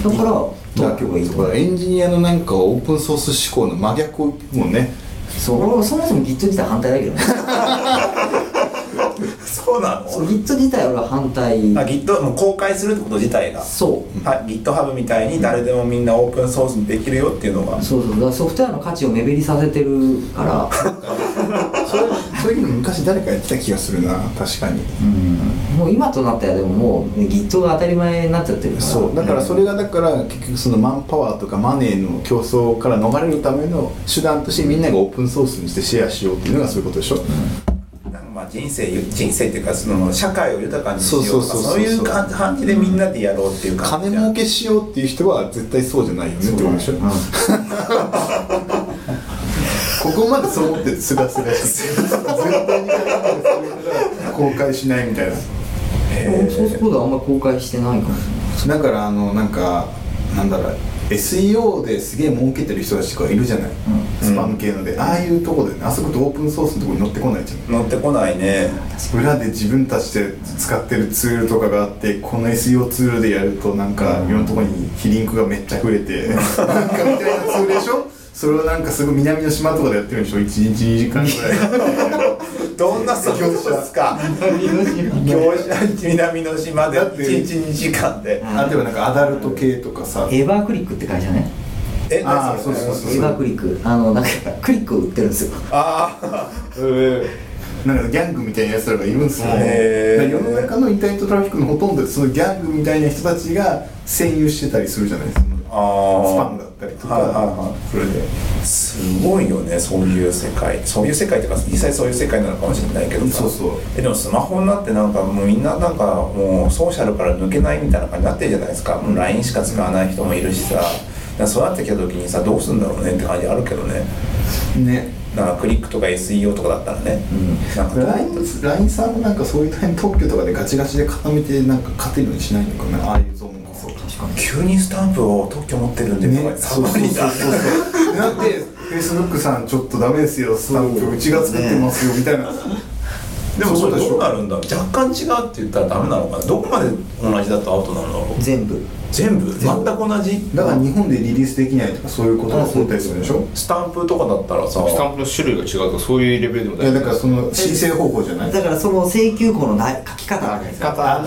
[SPEAKER 3] だから特許がいいと
[SPEAKER 2] だからエンジニアのなんかオープンソース思考の真逆を言ってもね
[SPEAKER 3] そう俺はそもそも Git 自体反対だけどね
[SPEAKER 1] そうなの
[SPEAKER 3] そう Git 自体俺は反対
[SPEAKER 1] あ Git もう公開するってこと自体が、
[SPEAKER 3] そ
[SPEAKER 1] はい、GitHub みたいに誰でもみんなオープンソースにできるよっていうのが
[SPEAKER 3] うそうそうだからソフトウェアの価値を目減りさせてるから
[SPEAKER 2] それそういうの昔誰かやってた気がするな確かに
[SPEAKER 3] もう今となってはでももう Git が当たり前になっちゃってるから
[SPEAKER 2] そうだからそれがだから結局そのマンパワーとかマネーの競争から逃れるための手段としてみんながオープンソースにしてシェアしようっていうのがそういうことでしょ、
[SPEAKER 1] なんかまあ人生人生っていうかその社会を豊かにしようとか
[SPEAKER 2] そうそうそうそう
[SPEAKER 1] そういう感じ感じでみんなでやろうっていう感
[SPEAKER 2] 金
[SPEAKER 1] じじゃん
[SPEAKER 2] 儲けしようっていう人は絶対そうじゃないよねってことでしょ、ここまでそう思ってすがすがしい絶対に金儲けするから公開しないみたいな
[SPEAKER 3] うんソースコードはあんま公開してないから
[SPEAKER 2] だからあのなんかなんだろう SEO ですげえ儲けてる人たちがいるじゃない、
[SPEAKER 3] ん
[SPEAKER 2] そスパム系ので、ああいうとこでねあそこってオープンソースのとこに乗ってこないじゃん
[SPEAKER 1] 乗ってこないね
[SPEAKER 2] 裏で自分たちで使ってるツールとかがあってこの SEO ツールでやるとなんかいろんなとこに非リンクがめっちゃ増 えてなんかみたいなツールでしょそれをなんかすぐ南の島とかでやってるんでしょ1日2時間ぐらい
[SPEAKER 1] どんなソフトですか業者南の島で
[SPEAKER 2] だって
[SPEAKER 1] 1日2時間で
[SPEAKER 2] あでもなんかアダルト系とかさ
[SPEAKER 3] エバークリックって会社ね
[SPEAKER 1] え
[SPEAKER 2] あ
[SPEAKER 1] 何
[SPEAKER 2] ーそうそうそう
[SPEAKER 3] エバークリックあのなんかクリックを売ってるんですよ
[SPEAKER 1] ああ
[SPEAKER 2] なんかギャングみたいなやつらがいるんですよ
[SPEAKER 1] へー
[SPEAKER 2] ねだから世の中のインターネットトラフィックのほとんどそのギャングみたいな人たちが占有してたりするじゃないですか
[SPEAKER 1] あ
[SPEAKER 2] ス
[SPEAKER 1] ス
[SPEAKER 2] パムだったりとか、
[SPEAKER 1] はいはいは
[SPEAKER 2] それです
[SPEAKER 1] ごいよねそういう世界、そういう世界っていうか実際そういう世界なのかもしれないけどさ
[SPEAKER 2] そうそう
[SPEAKER 1] えでもスマホになってなんかもうみんななんかもうソーシャルから抜けないみたいな感じになってるじゃないですかもう LINE しか使わない人もいるしさだからそうなってきた時にさどうするんだろうねって感じあるけどね
[SPEAKER 2] ね
[SPEAKER 1] だからクリックとか SEO とかだったらね、なんかどう
[SPEAKER 2] LINE, さんもなんかそういう辺特許とかでガチガチで固めてなんか勝てるようにしないのかなああいうゾーンこそ確か
[SPEAKER 1] 急にスタンプを特許持ってるんでとかサ
[SPEAKER 2] そう
[SPEAKER 1] ボ
[SPEAKER 2] そうそう
[SPEAKER 1] り
[SPEAKER 2] そう
[SPEAKER 1] だ
[SPEAKER 2] そうなんでフェイスブックさんちょっとダメですよスタンプうちが作ってますよみたいな
[SPEAKER 1] でもそれどうな
[SPEAKER 2] う
[SPEAKER 1] るんだ若干違うって言ったらダメなのかなどこまで同じだとアウトなんだろう
[SPEAKER 3] 全部
[SPEAKER 1] 全部全く同じ
[SPEAKER 2] だから日本でリリースできないとかそういうことが起こったりするでしょ
[SPEAKER 1] スタンプとかだったらさ
[SPEAKER 4] スタンプの種類が違うとかそういうレベルでも
[SPEAKER 2] いやだからその申請方法じゃない
[SPEAKER 3] だからその請求項のな書き方なんですよ
[SPEAKER 2] あの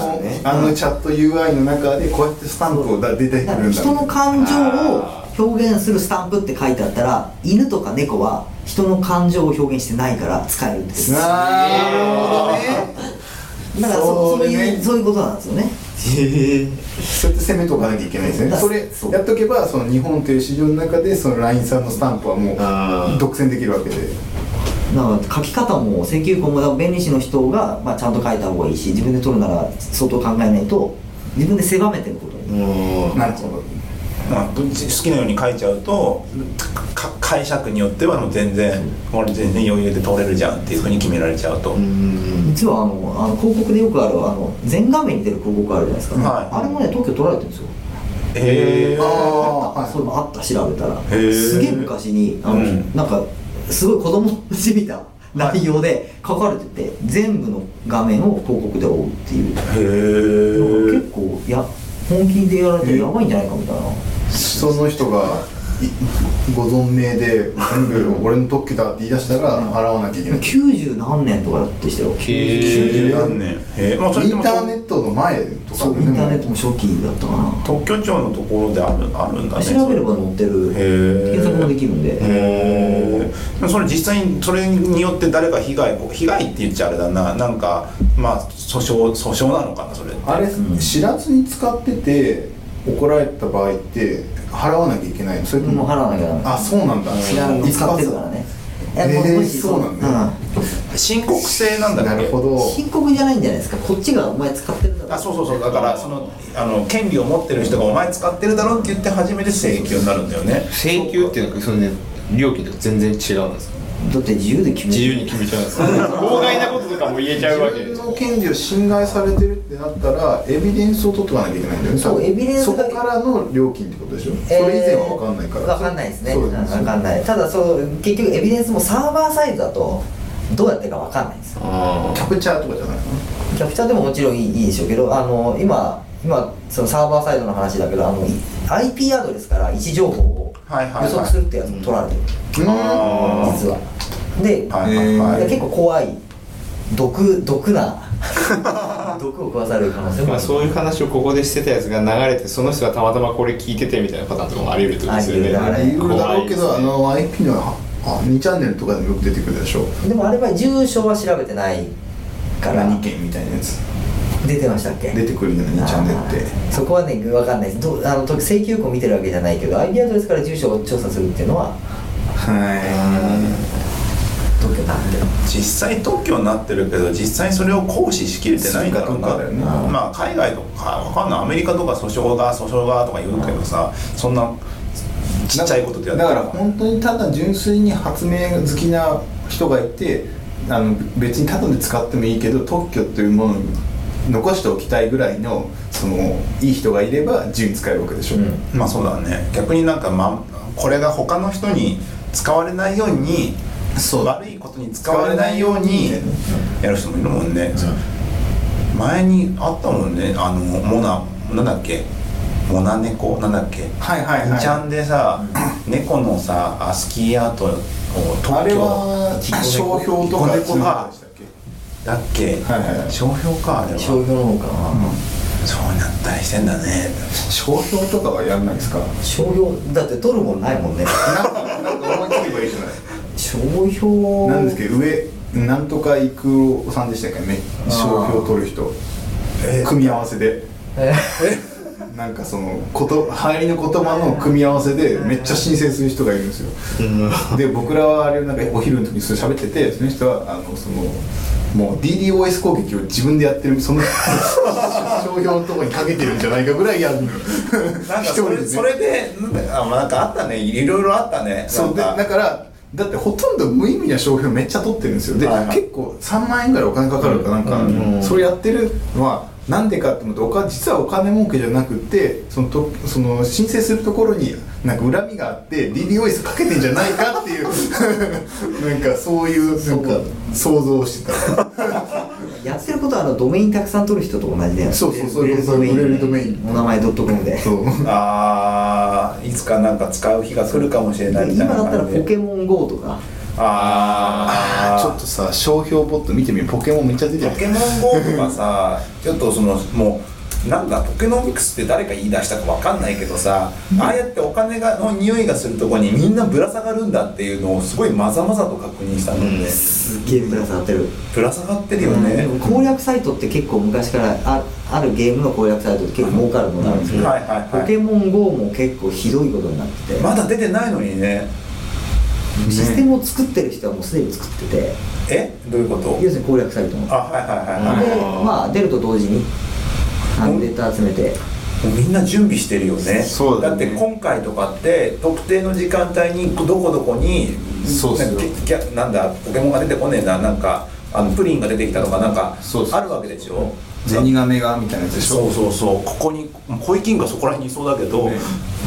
[SPEAKER 2] あのチャット UI の中でこうやってスタンプを出てくるん
[SPEAKER 3] だ
[SPEAKER 2] だ
[SPEAKER 3] から人の感情を表現するスタンプって書いてあったら犬とか猫は人の感情を表現してないから使えるんですだか
[SPEAKER 2] あーなるほどねそ
[SPEAKER 3] らそそう
[SPEAKER 2] れね
[SPEAKER 3] いうそういうことなんですよね
[SPEAKER 4] へえ
[SPEAKER 2] そうやって攻めとかなきゃいけないですね
[SPEAKER 3] だ
[SPEAKER 2] それ
[SPEAKER 3] そう
[SPEAKER 2] やっとけばその日本という市場の中でその LINE さんのスタンプはも
[SPEAKER 4] あー
[SPEAKER 2] う独占できるわけで
[SPEAKER 3] だから書き方も請求項もだから弁理士の人が、まあ、ちゃんと書いた方がいいし自分で取るなら相当考えないと自分で狭めてることに
[SPEAKER 4] うん
[SPEAKER 2] なるほど
[SPEAKER 1] まあ、好きなように書いちゃうとか解釈によってはもう全然俺全然余裕で取れるじゃんっていうふうに決められちゃうと、
[SPEAKER 3] 実はあのあの広告でよくあるあの全画面に出る広告あるじゃないですか、
[SPEAKER 1] はい
[SPEAKER 3] あれもね特許取られてるんですよ
[SPEAKER 1] へえ
[SPEAKER 2] あ
[SPEAKER 3] あそういうのあった調べたら
[SPEAKER 1] へー
[SPEAKER 3] すげえ昔にあの、
[SPEAKER 1] うん
[SPEAKER 3] なんかすごい子供じみた内容で書かれてて全部の画面を広告で覆うっていう
[SPEAKER 1] へえ
[SPEAKER 3] 結構や本気でやられてやばいんじゃないかみたいな
[SPEAKER 2] あその人がいご存命で全部俺の特許だって言い出したら払わなきゃいけない
[SPEAKER 3] 90何年とかだってしてよイ
[SPEAKER 1] 90何年へえまあそれ
[SPEAKER 2] イ
[SPEAKER 1] でも
[SPEAKER 2] ンターネットの前とか
[SPEAKER 3] ンターネットも初期だったかな
[SPEAKER 1] 特許庁のところであるあるんだね
[SPEAKER 3] 調べれば載ってる
[SPEAKER 1] へー
[SPEAKER 3] 検索もできるんで
[SPEAKER 1] へえでもそれ実際にそれによって誰か被害被害って言っちゃあれだななんかまあ訴訟訴訟なのかなそれって
[SPEAKER 2] あれ知らずに使ってて怒られた場合って払わなきゃいけないのそれと
[SPEAKER 3] もう
[SPEAKER 2] も
[SPEAKER 3] 払わなきゃダメ
[SPEAKER 2] あそうなんだ
[SPEAKER 3] 知らんの使ってるからね
[SPEAKER 2] えー
[SPEAKER 3] いやももし
[SPEAKER 2] そうなんだ
[SPEAKER 1] 申告制なんだっけ
[SPEAKER 2] なるほ
[SPEAKER 3] う
[SPEAKER 2] ど
[SPEAKER 3] ん深刻じゃないんじゃないですかこっちがお前使ってるだろ
[SPEAKER 1] あそうそうそうだからそのあの権利を持ってる人が「お前使ってるだろ」って言って初めて請求になるんだよね
[SPEAKER 4] 請求っていうのはそのね料金とか全然違うんです
[SPEAKER 3] だって自由で決め
[SPEAKER 4] 自
[SPEAKER 3] る
[SPEAKER 4] 由に決めちゃうんです妨害なこととかも言えちゃうわけ
[SPEAKER 2] 自分の権利を侵害されてるってなったらエビデンスを取っとかなきゃいけないんだよね
[SPEAKER 3] そう
[SPEAKER 2] 多分
[SPEAKER 3] エビデンス
[SPEAKER 2] そ
[SPEAKER 3] が
[SPEAKER 2] こからの料金ってことでしょ、
[SPEAKER 3] えー
[SPEAKER 2] それ以前は分かんないから
[SPEAKER 3] 分かんないですね
[SPEAKER 2] そう
[SPEAKER 3] 分
[SPEAKER 2] です
[SPEAKER 3] かんないただそう結局エビデンスもサーバーサイズだとどうやってるか分かんないんですよ
[SPEAKER 4] あ
[SPEAKER 2] キャプチャーとかじゃないの
[SPEAKER 3] キャプチャーでももちろんいいいいでしょうけどあの今今そのサーバーサイドの話だけどあの IP アドレスから位置情報を
[SPEAKER 1] はい
[SPEAKER 3] 予
[SPEAKER 1] はいはい
[SPEAKER 3] 測するってやつも取られてる、
[SPEAKER 1] あ
[SPEAKER 3] 実はで、
[SPEAKER 1] はいはいはい
[SPEAKER 3] で結構怖い毒毒な毒を食わされる可能性も
[SPEAKER 4] ま
[SPEAKER 3] あ
[SPEAKER 4] あ
[SPEAKER 3] る
[SPEAKER 4] そういう話をここでしてたやつが流れてその人がたまたまこれ聞いててみたいなパターンとかもあり得るってことですよね
[SPEAKER 3] あり
[SPEAKER 2] いろいろだろうけど、
[SPEAKER 4] 怖
[SPEAKER 2] あ
[SPEAKER 4] いです
[SPEAKER 2] の IP
[SPEAKER 4] ね
[SPEAKER 2] のはあ2チャンネルとかでもよく出てくるでしょ
[SPEAKER 3] でもあれは住所は調べてないから
[SPEAKER 2] 何件みたいなやつ
[SPEAKER 3] 出てましたっけ
[SPEAKER 2] 出てくるんだよね2チャンネルって
[SPEAKER 3] あーそこはね分かんないですどあのと請求庫見てるわけじゃないけど IP アドレスから住所を調査するっていうのは
[SPEAKER 2] は
[SPEAKER 3] 特許なんで
[SPEAKER 1] 実際特許になってるけど実際それを行使しきれてないんだろう
[SPEAKER 2] そうかどう
[SPEAKER 1] な
[SPEAKER 2] かだよね
[SPEAKER 1] まあ海外とかわかんないアメリカとか訴訟が訴訟がとか言うけどさそんないちっちゃいことでやって
[SPEAKER 2] だから本当にただ純粋に発明好きな人がいてあの別にただで使ってもいいけど特許というものに残しておきたいぐらいのそのいい人がいれば自由に使えるわけでしょ、
[SPEAKER 3] うん
[SPEAKER 1] まあそうだね逆になんか、ま、これが他の人に使われないように
[SPEAKER 2] そう
[SPEAKER 1] 悪いことに使われないようにやる人もいるもんね、前にあったもんねあのモナなんだっけモナ猫なんだっけ
[SPEAKER 2] はいはいはい
[SPEAKER 1] ちゃんでさ、猫のさあスキーアートを特許
[SPEAKER 2] あれは商標とか
[SPEAKER 1] 猫猫が
[SPEAKER 2] そういうのでしたっ
[SPEAKER 1] だっけ、
[SPEAKER 2] はいはいはい
[SPEAKER 1] 商標かあれは
[SPEAKER 3] 商標の方かな、
[SPEAKER 1] そうなったりしてんだね
[SPEAKER 2] け商標とかはやらないですか
[SPEAKER 3] 商標だって取るもんないもんね
[SPEAKER 2] なんかなんか思いつけばいいじゃない
[SPEAKER 3] 商標
[SPEAKER 2] なんですけど上なんとか育夫さんでしたっけね
[SPEAKER 3] あー
[SPEAKER 2] 商標取る人組み合わせで
[SPEAKER 3] え
[SPEAKER 2] なんかそのこと流行りの言葉の組み合わせでめっちゃ申請する人がいるんですよで僕らはあれなんかお昼の時にそれ喋っててその人はあのそのもう DDoS 攻撃を自分でやってるその商標のとこにかけてるんじゃないかぐらいやるの
[SPEAKER 1] な
[SPEAKER 2] よ
[SPEAKER 1] んか
[SPEAKER 2] 一人
[SPEAKER 1] そ
[SPEAKER 2] で
[SPEAKER 1] れ
[SPEAKER 2] ね
[SPEAKER 1] それでなんかあなんかあったねいろいろあったね
[SPEAKER 2] そうで
[SPEAKER 1] なんか
[SPEAKER 2] だからだってほとんど無意味な商標めっちゃ取ってるんですよで、
[SPEAKER 1] はいはい
[SPEAKER 2] 結構3万円ぐらいお金かかるかなんか、
[SPEAKER 4] うん
[SPEAKER 2] それやってるのはなんでかって思ってお金実はお金儲けじゃなくてそのとその申請するところになんか恨みがあって DDoS かけてんじゃないかっていう なんかそういうなんか想像をしてた
[SPEAKER 3] やってることはあのドメインたくさん取る人と同じだよね
[SPEAKER 2] そうそうそう
[SPEAKER 3] 売れるドメイン
[SPEAKER 2] 売れるドメイン
[SPEAKER 3] お名前 .com で
[SPEAKER 2] そう
[SPEAKER 1] あーいつかなんか使う日が来るかもしれないみたい
[SPEAKER 3] 今
[SPEAKER 1] な
[SPEAKER 3] だったら
[SPEAKER 1] 感じ
[SPEAKER 3] ポ
[SPEAKER 1] で
[SPEAKER 3] ケモン GO とか
[SPEAKER 1] ああ
[SPEAKER 2] ちょっとさ商標ボット見てみるポケモンめっちゃ出てる
[SPEAKER 1] ポケモン GO とかさ ちょっとそのもうなんだポケノミクスって誰か言い出したかわかんないけどさ、ああやってお金がの匂いがするとこにみんなぶら下がるんだっていうのをすごいまざまざと確認したので、
[SPEAKER 3] すっげえぶら下がってる
[SPEAKER 1] ぶら下がってるよね、
[SPEAKER 3] でも攻略サイトって結構昔からああるゲームの攻略サイトって結構儲かるものなんですけど、
[SPEAKER 1] はいはいはい
[SPEAKER 3] ポケモン GO も結構ひどいことになってて、
[SPEAKER 1] まだ出てないのにね
[SPEAKER 3] システムを作ってる人はもうすでに作ってて
[SPEAKER 1] えどういうこと
[SPEAKER 3] 要するに攻略サイトもで
[SPEAKER 1] あはいはいはいはい
[SPEAKER 3] まあ出ると同時にあ
[SPEAKER 1] う
[SPEAKER 3] の
[SPEAKER 1] ん
[SPEAKER 3] データ集めて
[SPEAKER 1] もうみんな準備してるよね
[SPEAKER 2] そうだね
[SPEAKER 1] って今回とかって特定の時間帯にどこどこに
[SPEAKER 2] そうっすよ
[SPEAKER 1] なんかキャなんだポケモンが出てこねえななんかあのプリンが出てきたとかなんか
[SPEAKER 2] そうっす
[SPEAKER 1] あるわけでしょ
[SPEAKER 2] 銭がメがみたいなやつでしょ
[SPEAKER 1] そうそうそうここにコイキンがそこら辺にいそうだけど、
[SPEAKER 2] ね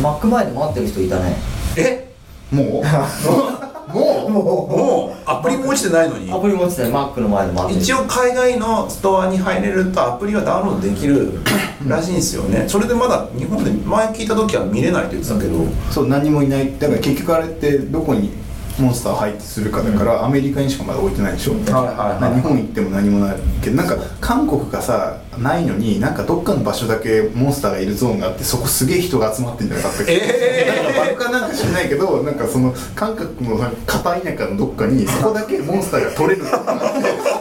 [SPEAKER 3] マック前で待ってる人いたね
[SPEAKER 1] え
[SPEAKER 2] もうもう
[SPEAKER 1] もうアプリも落ちてないのに
[SPEAKER 3] アプリ持ってたねマックの前で待ってる
[SPEAKER 1] 一応海外のストアに入れるとアプリはダウンロードできるらしいんですよねそれでまだ日本で前聞いた時は見れないって言ってたけど、
[SPEAKER 2] そう何もいないだから結局あれってどこにモンスター配置するかだから、アメリカにしかまだ置いてないでしょ、
[SPEAKER 1] はいはいはい
[SPEAKER 2] 日本行っても何もないけどなんか韓国がさないのになんかどっかの場所だけモンスターがいるゾーンがあってそこすげえ人が集まってんじゃなかったっけ、なんか爆破なんかしないけどなんかその韓国のなんか片田舎のどっかにそこだけモンスターが取れ るってのがあって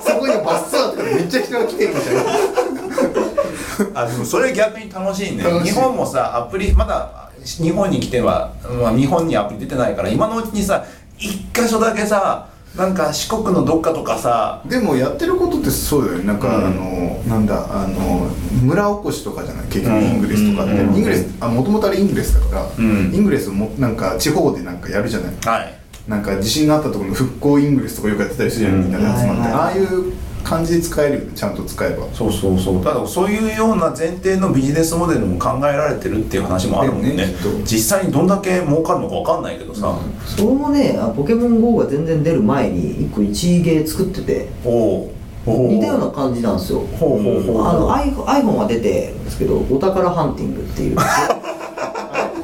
[SPEAKER 2] そこにバスツアーとかでめっちゃ人が来てるみたいな
[SPEAKER 1] あでもそれ逆に楽しいね
[SPEAKER 2] 楽しい
[SPEAKER 1] 日本もさアプリまだ日本に来ては、まあ、日本にアプリ出てないから今のうちにさ一箇所だけさなんか四国のどっかとかさ
[SPEAKER 2] でもやってることってそうだよねなんか、あのなんだあの村おこしとかじゃない結局イングレスとかって、
[SPEAKER 1] うん
[SPEAKER 2] イングレスあもともとあれイングレスだから、
[SPEAKER 1] ん
[SPEAKER 2] イングレスもなんか地方でなんかやるじゃない
[SPEAKER 1] はい
[SPEAKER 2] なんか地震があったところの復興イングレスとかよくやってたりするじゃない、みんなで集まって、
[SPEAKER 3] はいはい
[SPEAKER 2] ああいう感じで使えるよねちゃんと使えば
[SPEAKER 1] そうそうそうただそういうような前提のビジネスモデルも考えられてるっていう話もあるもんね
[SPEAKER 2] だよねきっと
[SPEAKER 1] 実際にどんだけ儲かるのかわかんないけどさ、
[SPEAKER 3] それもねあポケモン GO が全然出る前に一個1ゲー作ってて
[SPEAKER 1] おうおう
[SPEAKER 3] 似たような感じなんですよ
[SPEAKER 1] ほうほうほう
[SPEAKER 3] あの iPhone, iPhone は出てるんですけどお宝ハンティングっていう
[SPEAKER 2] も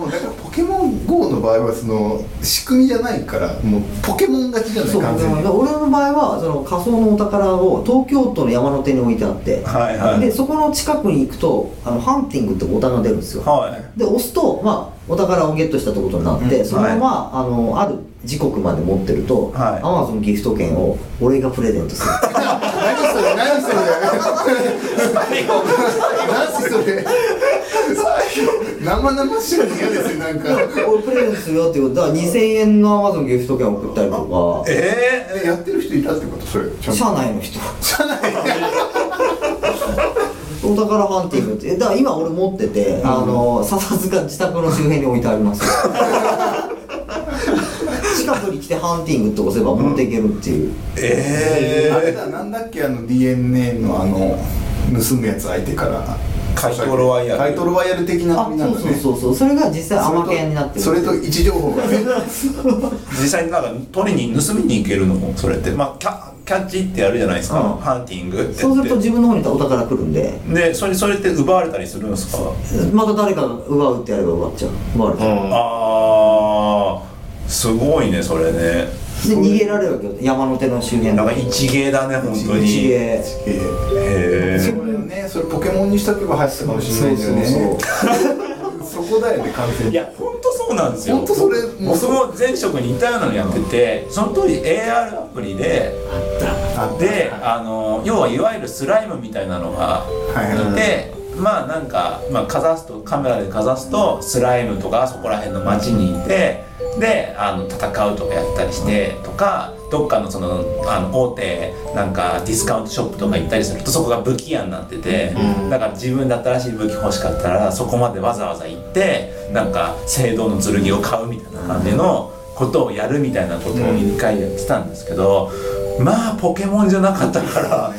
[SPEAKER 2] うだからポケモン GO の場合はその仕組みじゃないからもうポケモン勝ちじゃない
[SPEAKER 3] そう
[SPEAKER 2] 完全に
[SPEAKER 3] でも俺の場合はその仮想のお宝を東京都の山の手に置いてあって、
[SPEAKER 1] はいはい
[SPEAKER 3] でそこの近くに行くとあのハンティングってボタンが出るんですよ、
[SPEAKER 1] はい
[SPEAKER 3] で押すと、まあ、お宝をゲットしたってことになって、
[SPEAKER 1] うん
[SPEAKER 3] そのまま、あのある時刻まで持ってると、
[SPEAKER 1] はい
[SPEAKER 3] Amazon ギフト券を俺がプレゼントする
[SPEAKER 2] 何それ何それ何それ生々しいの嫌ですよなんか
[SPEAKER 3] 俺プレゼントするよっていうことだから2000円の Amazon ギフト券を送ったりと
[SPEAKER 1] ええ
[SPEAKER 2] えやってる人いたってことそれち
[SPEAKER 3] か
[SPEAKER 2] ゃんと
[SPEAKER 3] 社内の人社内お宝ハンティングってえだから今俺持ってて、あの笹塚自宅の周辺に置いてあり ます近くに来てハンティングって押せば持っていけるっていう、
[SPEAKER 1] え
[SPEAKER 2] あれ
[SPEAKER 1] え
[SPEAKER 2] だなんだっけあの DNA のあの盗むやつ相手から
[SPEAKER 1] 怪盗ロワイヤル
[SPEAKER 2] 怪盗ロワイヤル的な
[SPEAKER 3] あ
[SPEAKER 2] ノリな
[SPEAKER 3] そ
[SPEAKER 2] ん
[SPEAKER 3] う
[SPEAKER 2] だ
[SPEAKER 3] そう
[SPEAKER 2] ね
[SPEAKER 3] そうそうそれが実際アマ
[SPEAKER 2] それ
[SPEAKER 3] ケ
[SPEAKER 2] と
[SPEAKER 3] ンになってる
[SPEAKER 2] それと位置情報がね
[SPEAKER 1] 実際になんか取りに盗みに行けるのもそれってまあキャキャッチってやるじゃないですか、
[SPEAKER 3] うん
[SPEAKER 1] ハンティングってやって
[SPEAKER 3] そうすると自分の方にいたお宝来るんで
[SPEAKER 1] でそれそれって奪われたりするんですか、
[SPEAKER 3] また誰かが奪うってやれば奪っちゃう奪われちゃう
[SPEAKER 4] うん
[SPEAKER 1] あーすごいねそれね
[SPEAKER 3] で逃げられるわけよ山手の周辺
[SPEAKER 1] なんか一芸だね本当にへ
[SPEAKER 3] 一芸
[SPEAKER 2] え
[SPEAKER 1] え
[SPEAKER 2] えそうだよねそれポケモンにしたけば流行ってたかもしれないんだよね
[SPEAKER 3] そう
[SPEAKER 2] そこだよね完全
[SPEAKER 1] い
[SPEAKER 2] に
[SPEAKER 1] や本当そうなんですよ
[SPEAKER 2] 本当それ
[SPEAKER 1] 僕も前職にいたようなのやっててその当時 AR アプリで
[SPEAKER 2] あ
[SPEAKER 1] であの要はいわゆるスライムみたいなのが
[SPEAKER 2] はいはい
[SPEAKER 1] いて、まあなんか、まあ、かざすとカメラでかざすとスライムとかそこら辺の街にいてであの戦うとかやったりしてとかどっかのそのあの大手なんかディスカウントショップとか行ったりするとそこが武器屋になってて、だから自分で新しい武器欲しかったらそこまでわざわざ行ってなんか聖堂の剣を買うみたいな感じの。ことをやるみたいなことを一回やってたんですけど、まあポケモンじゃなかったから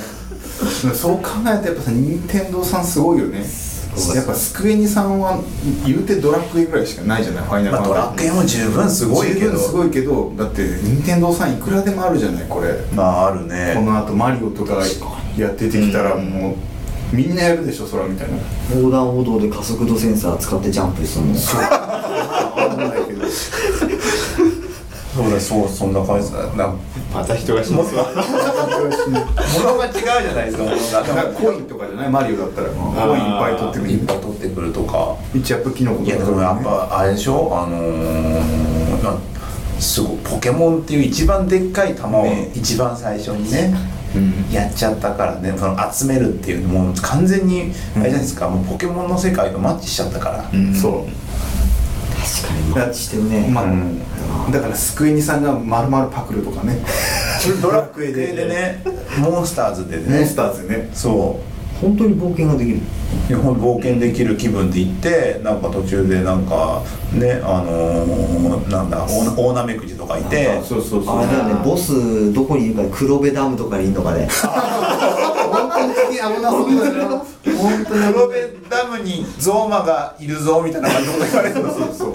[SPEAKER 2] そう考えるとやっぱさ任天堂さんすごいよねやっぱスクエニさんは言うてドラクエぐらいしかないじゃないファイナル
[SPEAKER 1] まあ、
[SPEAKER 2] ファ
[SPEAKER 1] ド
[SPEAKER 2] ンタジ
[SPEAKER 1] ラ
[SPEAKER 2] ー
[SPEAKER 1] クエも十分すごいけ
[SPEAKER 2] 十
[SPEAKER 1] ど
[SPEAKER 2] 分すごいけどだって任天堂さんいくらでもあるじゃないこれ
[SPEAKER 1] まあある
[SPEAKER 2] こ
[SPEAKER 1] ね
[SPEAKER 2] のあとマリオとかやっててきたらもうみんなやるでしょそらみたいな
[SPEAKER 3] 横断歩道で加速度センサー使ってジャンプするの
[SPEAKER 2] 分かんないけど
[SPEAKER 1] そうだそうそんな感じだなも
[SPEAKER 4] また人が死ぬわ
[SPEAKER 1] のが違うじゃないですか物が
[SPEAKER 2] なんかコインとかじゃないマリオだったらコインいっぱい取ってくる
[SPEAKER 1] いっぱい取ってくるとか
[SPEAKER 2] 一アップキノコと
[SPEAKER 1] い
[SPEAKER 2] か
[SPEAKER 1] やでもやっぱあれでしょあのーまあすごいポケモンっていう一番でっかい球を
[SPEAKER 2] ね
[SPEAKER 1] 一番最初にねやっちゃったからねその集めるっていうのも完全にあれじゃないですかもうポケモンの世界とマッチしちゃったから
[SPEAKER 2] そう
[SPEAKER 3] 確かにマッチしてるね
[SPEAKER 2] まあ
[SPEAKER 1] うん
[SPEAKER 2] だからスクエニさんがまるまるパクるとかね
[SPEAKER 1] ドラクエでねモンスターズで
[SPEAKER 2] モン
[SPEAKER 1] ね
[SPEAKER 2] スターズでね
[SPEAKER 1] そう
[SPEAKER 3] 本当に冒険ができる
[SPEAKER 1] 日本冒険できる気分で行ってなんか途中でなんかねあのー、なんだオーナオーナメクジとかいて
[SPEAKER 2] そうそうそう
[SPEAKER 3] あれだよねボスどこにいるか黒部ダムとかにいるのかね
[SPEAKER 2] 本当に危なそうだよ本当に
[SPEAKER 1] 黒部ダムにゾウマがいるぞみたいな感じで言われるの
[SPEAKER 2] そうそう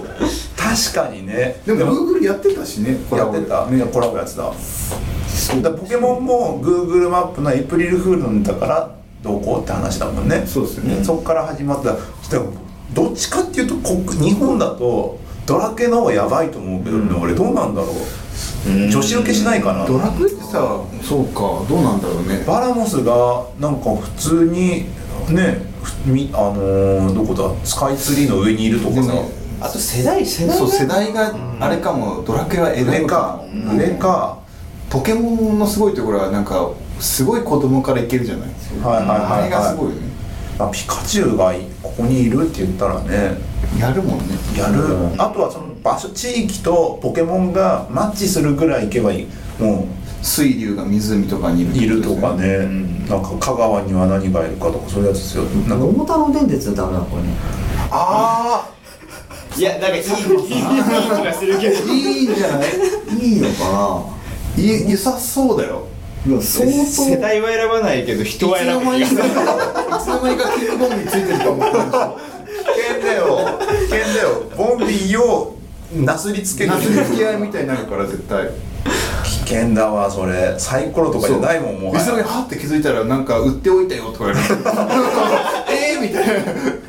[SPEAKER 1] 確かにね
[SPEAKER 2] でも Google やってたしねコ
[SPEAKER 1] や
[SPEAKER 2] ラ
[SPEAKER 1] っ
[SPEAKER 2] ボ
[SPEAKER 1] てた、ね、コラボやってただからポケモンも Google マップのエイプリルフールなんだからどうこうって話だもんね
[SPEAKER 2] そうですよね
[SPEAKER 1] そっから始まったでもどっちかっていうとこ日本だとドラケの方がやばいと思うけど、ね俺どうなんだろう女子受けしないかな
[SPEAKER 2] ドラクエってさそうかどうなんだろうね
[SPEAKER 1] バラモスがなんか普通にねふみあのーどこだスカイツリーの上にいるとかさ
[SPEAKER 2] あと世代世代そう世代があれかもドラクエはエ
[SPEAKER 1] 上
[SPEAKER 2] レ
[SPEAKER 1] か
[SPEAKER 2] か
[SPEAKER 1] 上か、
[SPEAKER 2] ポケモンのすごいところはなんかすごい子供からいけるじゃない
[SPEAKER 1] はいはいはいはい
[SPEAKER 2] あれがすごいよね
[SPEAKER 1] あピカチュウがいここにいるって言ったらね
[SPEAKER 2] やるもんね
[SPEAKER 1] やる、あとはその場所地域とポケモンがマッチするぐらい行けばいいも
[SPEAKER 2] 水流が湖とかに
[SPEAKER 1] ういるとかね、
[SPEAKER 2] うん
[SPEAKER 1] なんか香川には何がいるかとかそういうやつですよなんか
[SPEAKER 3] 桃太郎電鉄はダメなのこれね
[SPEAKER 2] あ
[SPEAKER 4] いやなんかいいいいいい気がするけど
[SPEAKER 2] あいいんじゃない
[SPEAKER 3] いいのか
[SPEAKER 2] い良さそうだよ
[SPEAKER 3] ないや相
[SPEAKER 4] 世
[SPEAKER 3] 当
[SPEAKER 4] 代は選ばないけど人は選ぶ気がする
[SPEAKER 2] いつの間にかキングボンビーついてると思った
[SPEAKER 1] 危険だよ危険だよボンビーをなすりつける
[SPEAKER 2] 夏の付き合いみたいになるから絶対
[SPEAKER 1] 危険だわそれサイコロとかじゃないもんもう
[SPEAKER 2] 後ろにハッて気づいたらなんか売っておいたよとか言われて えーみたい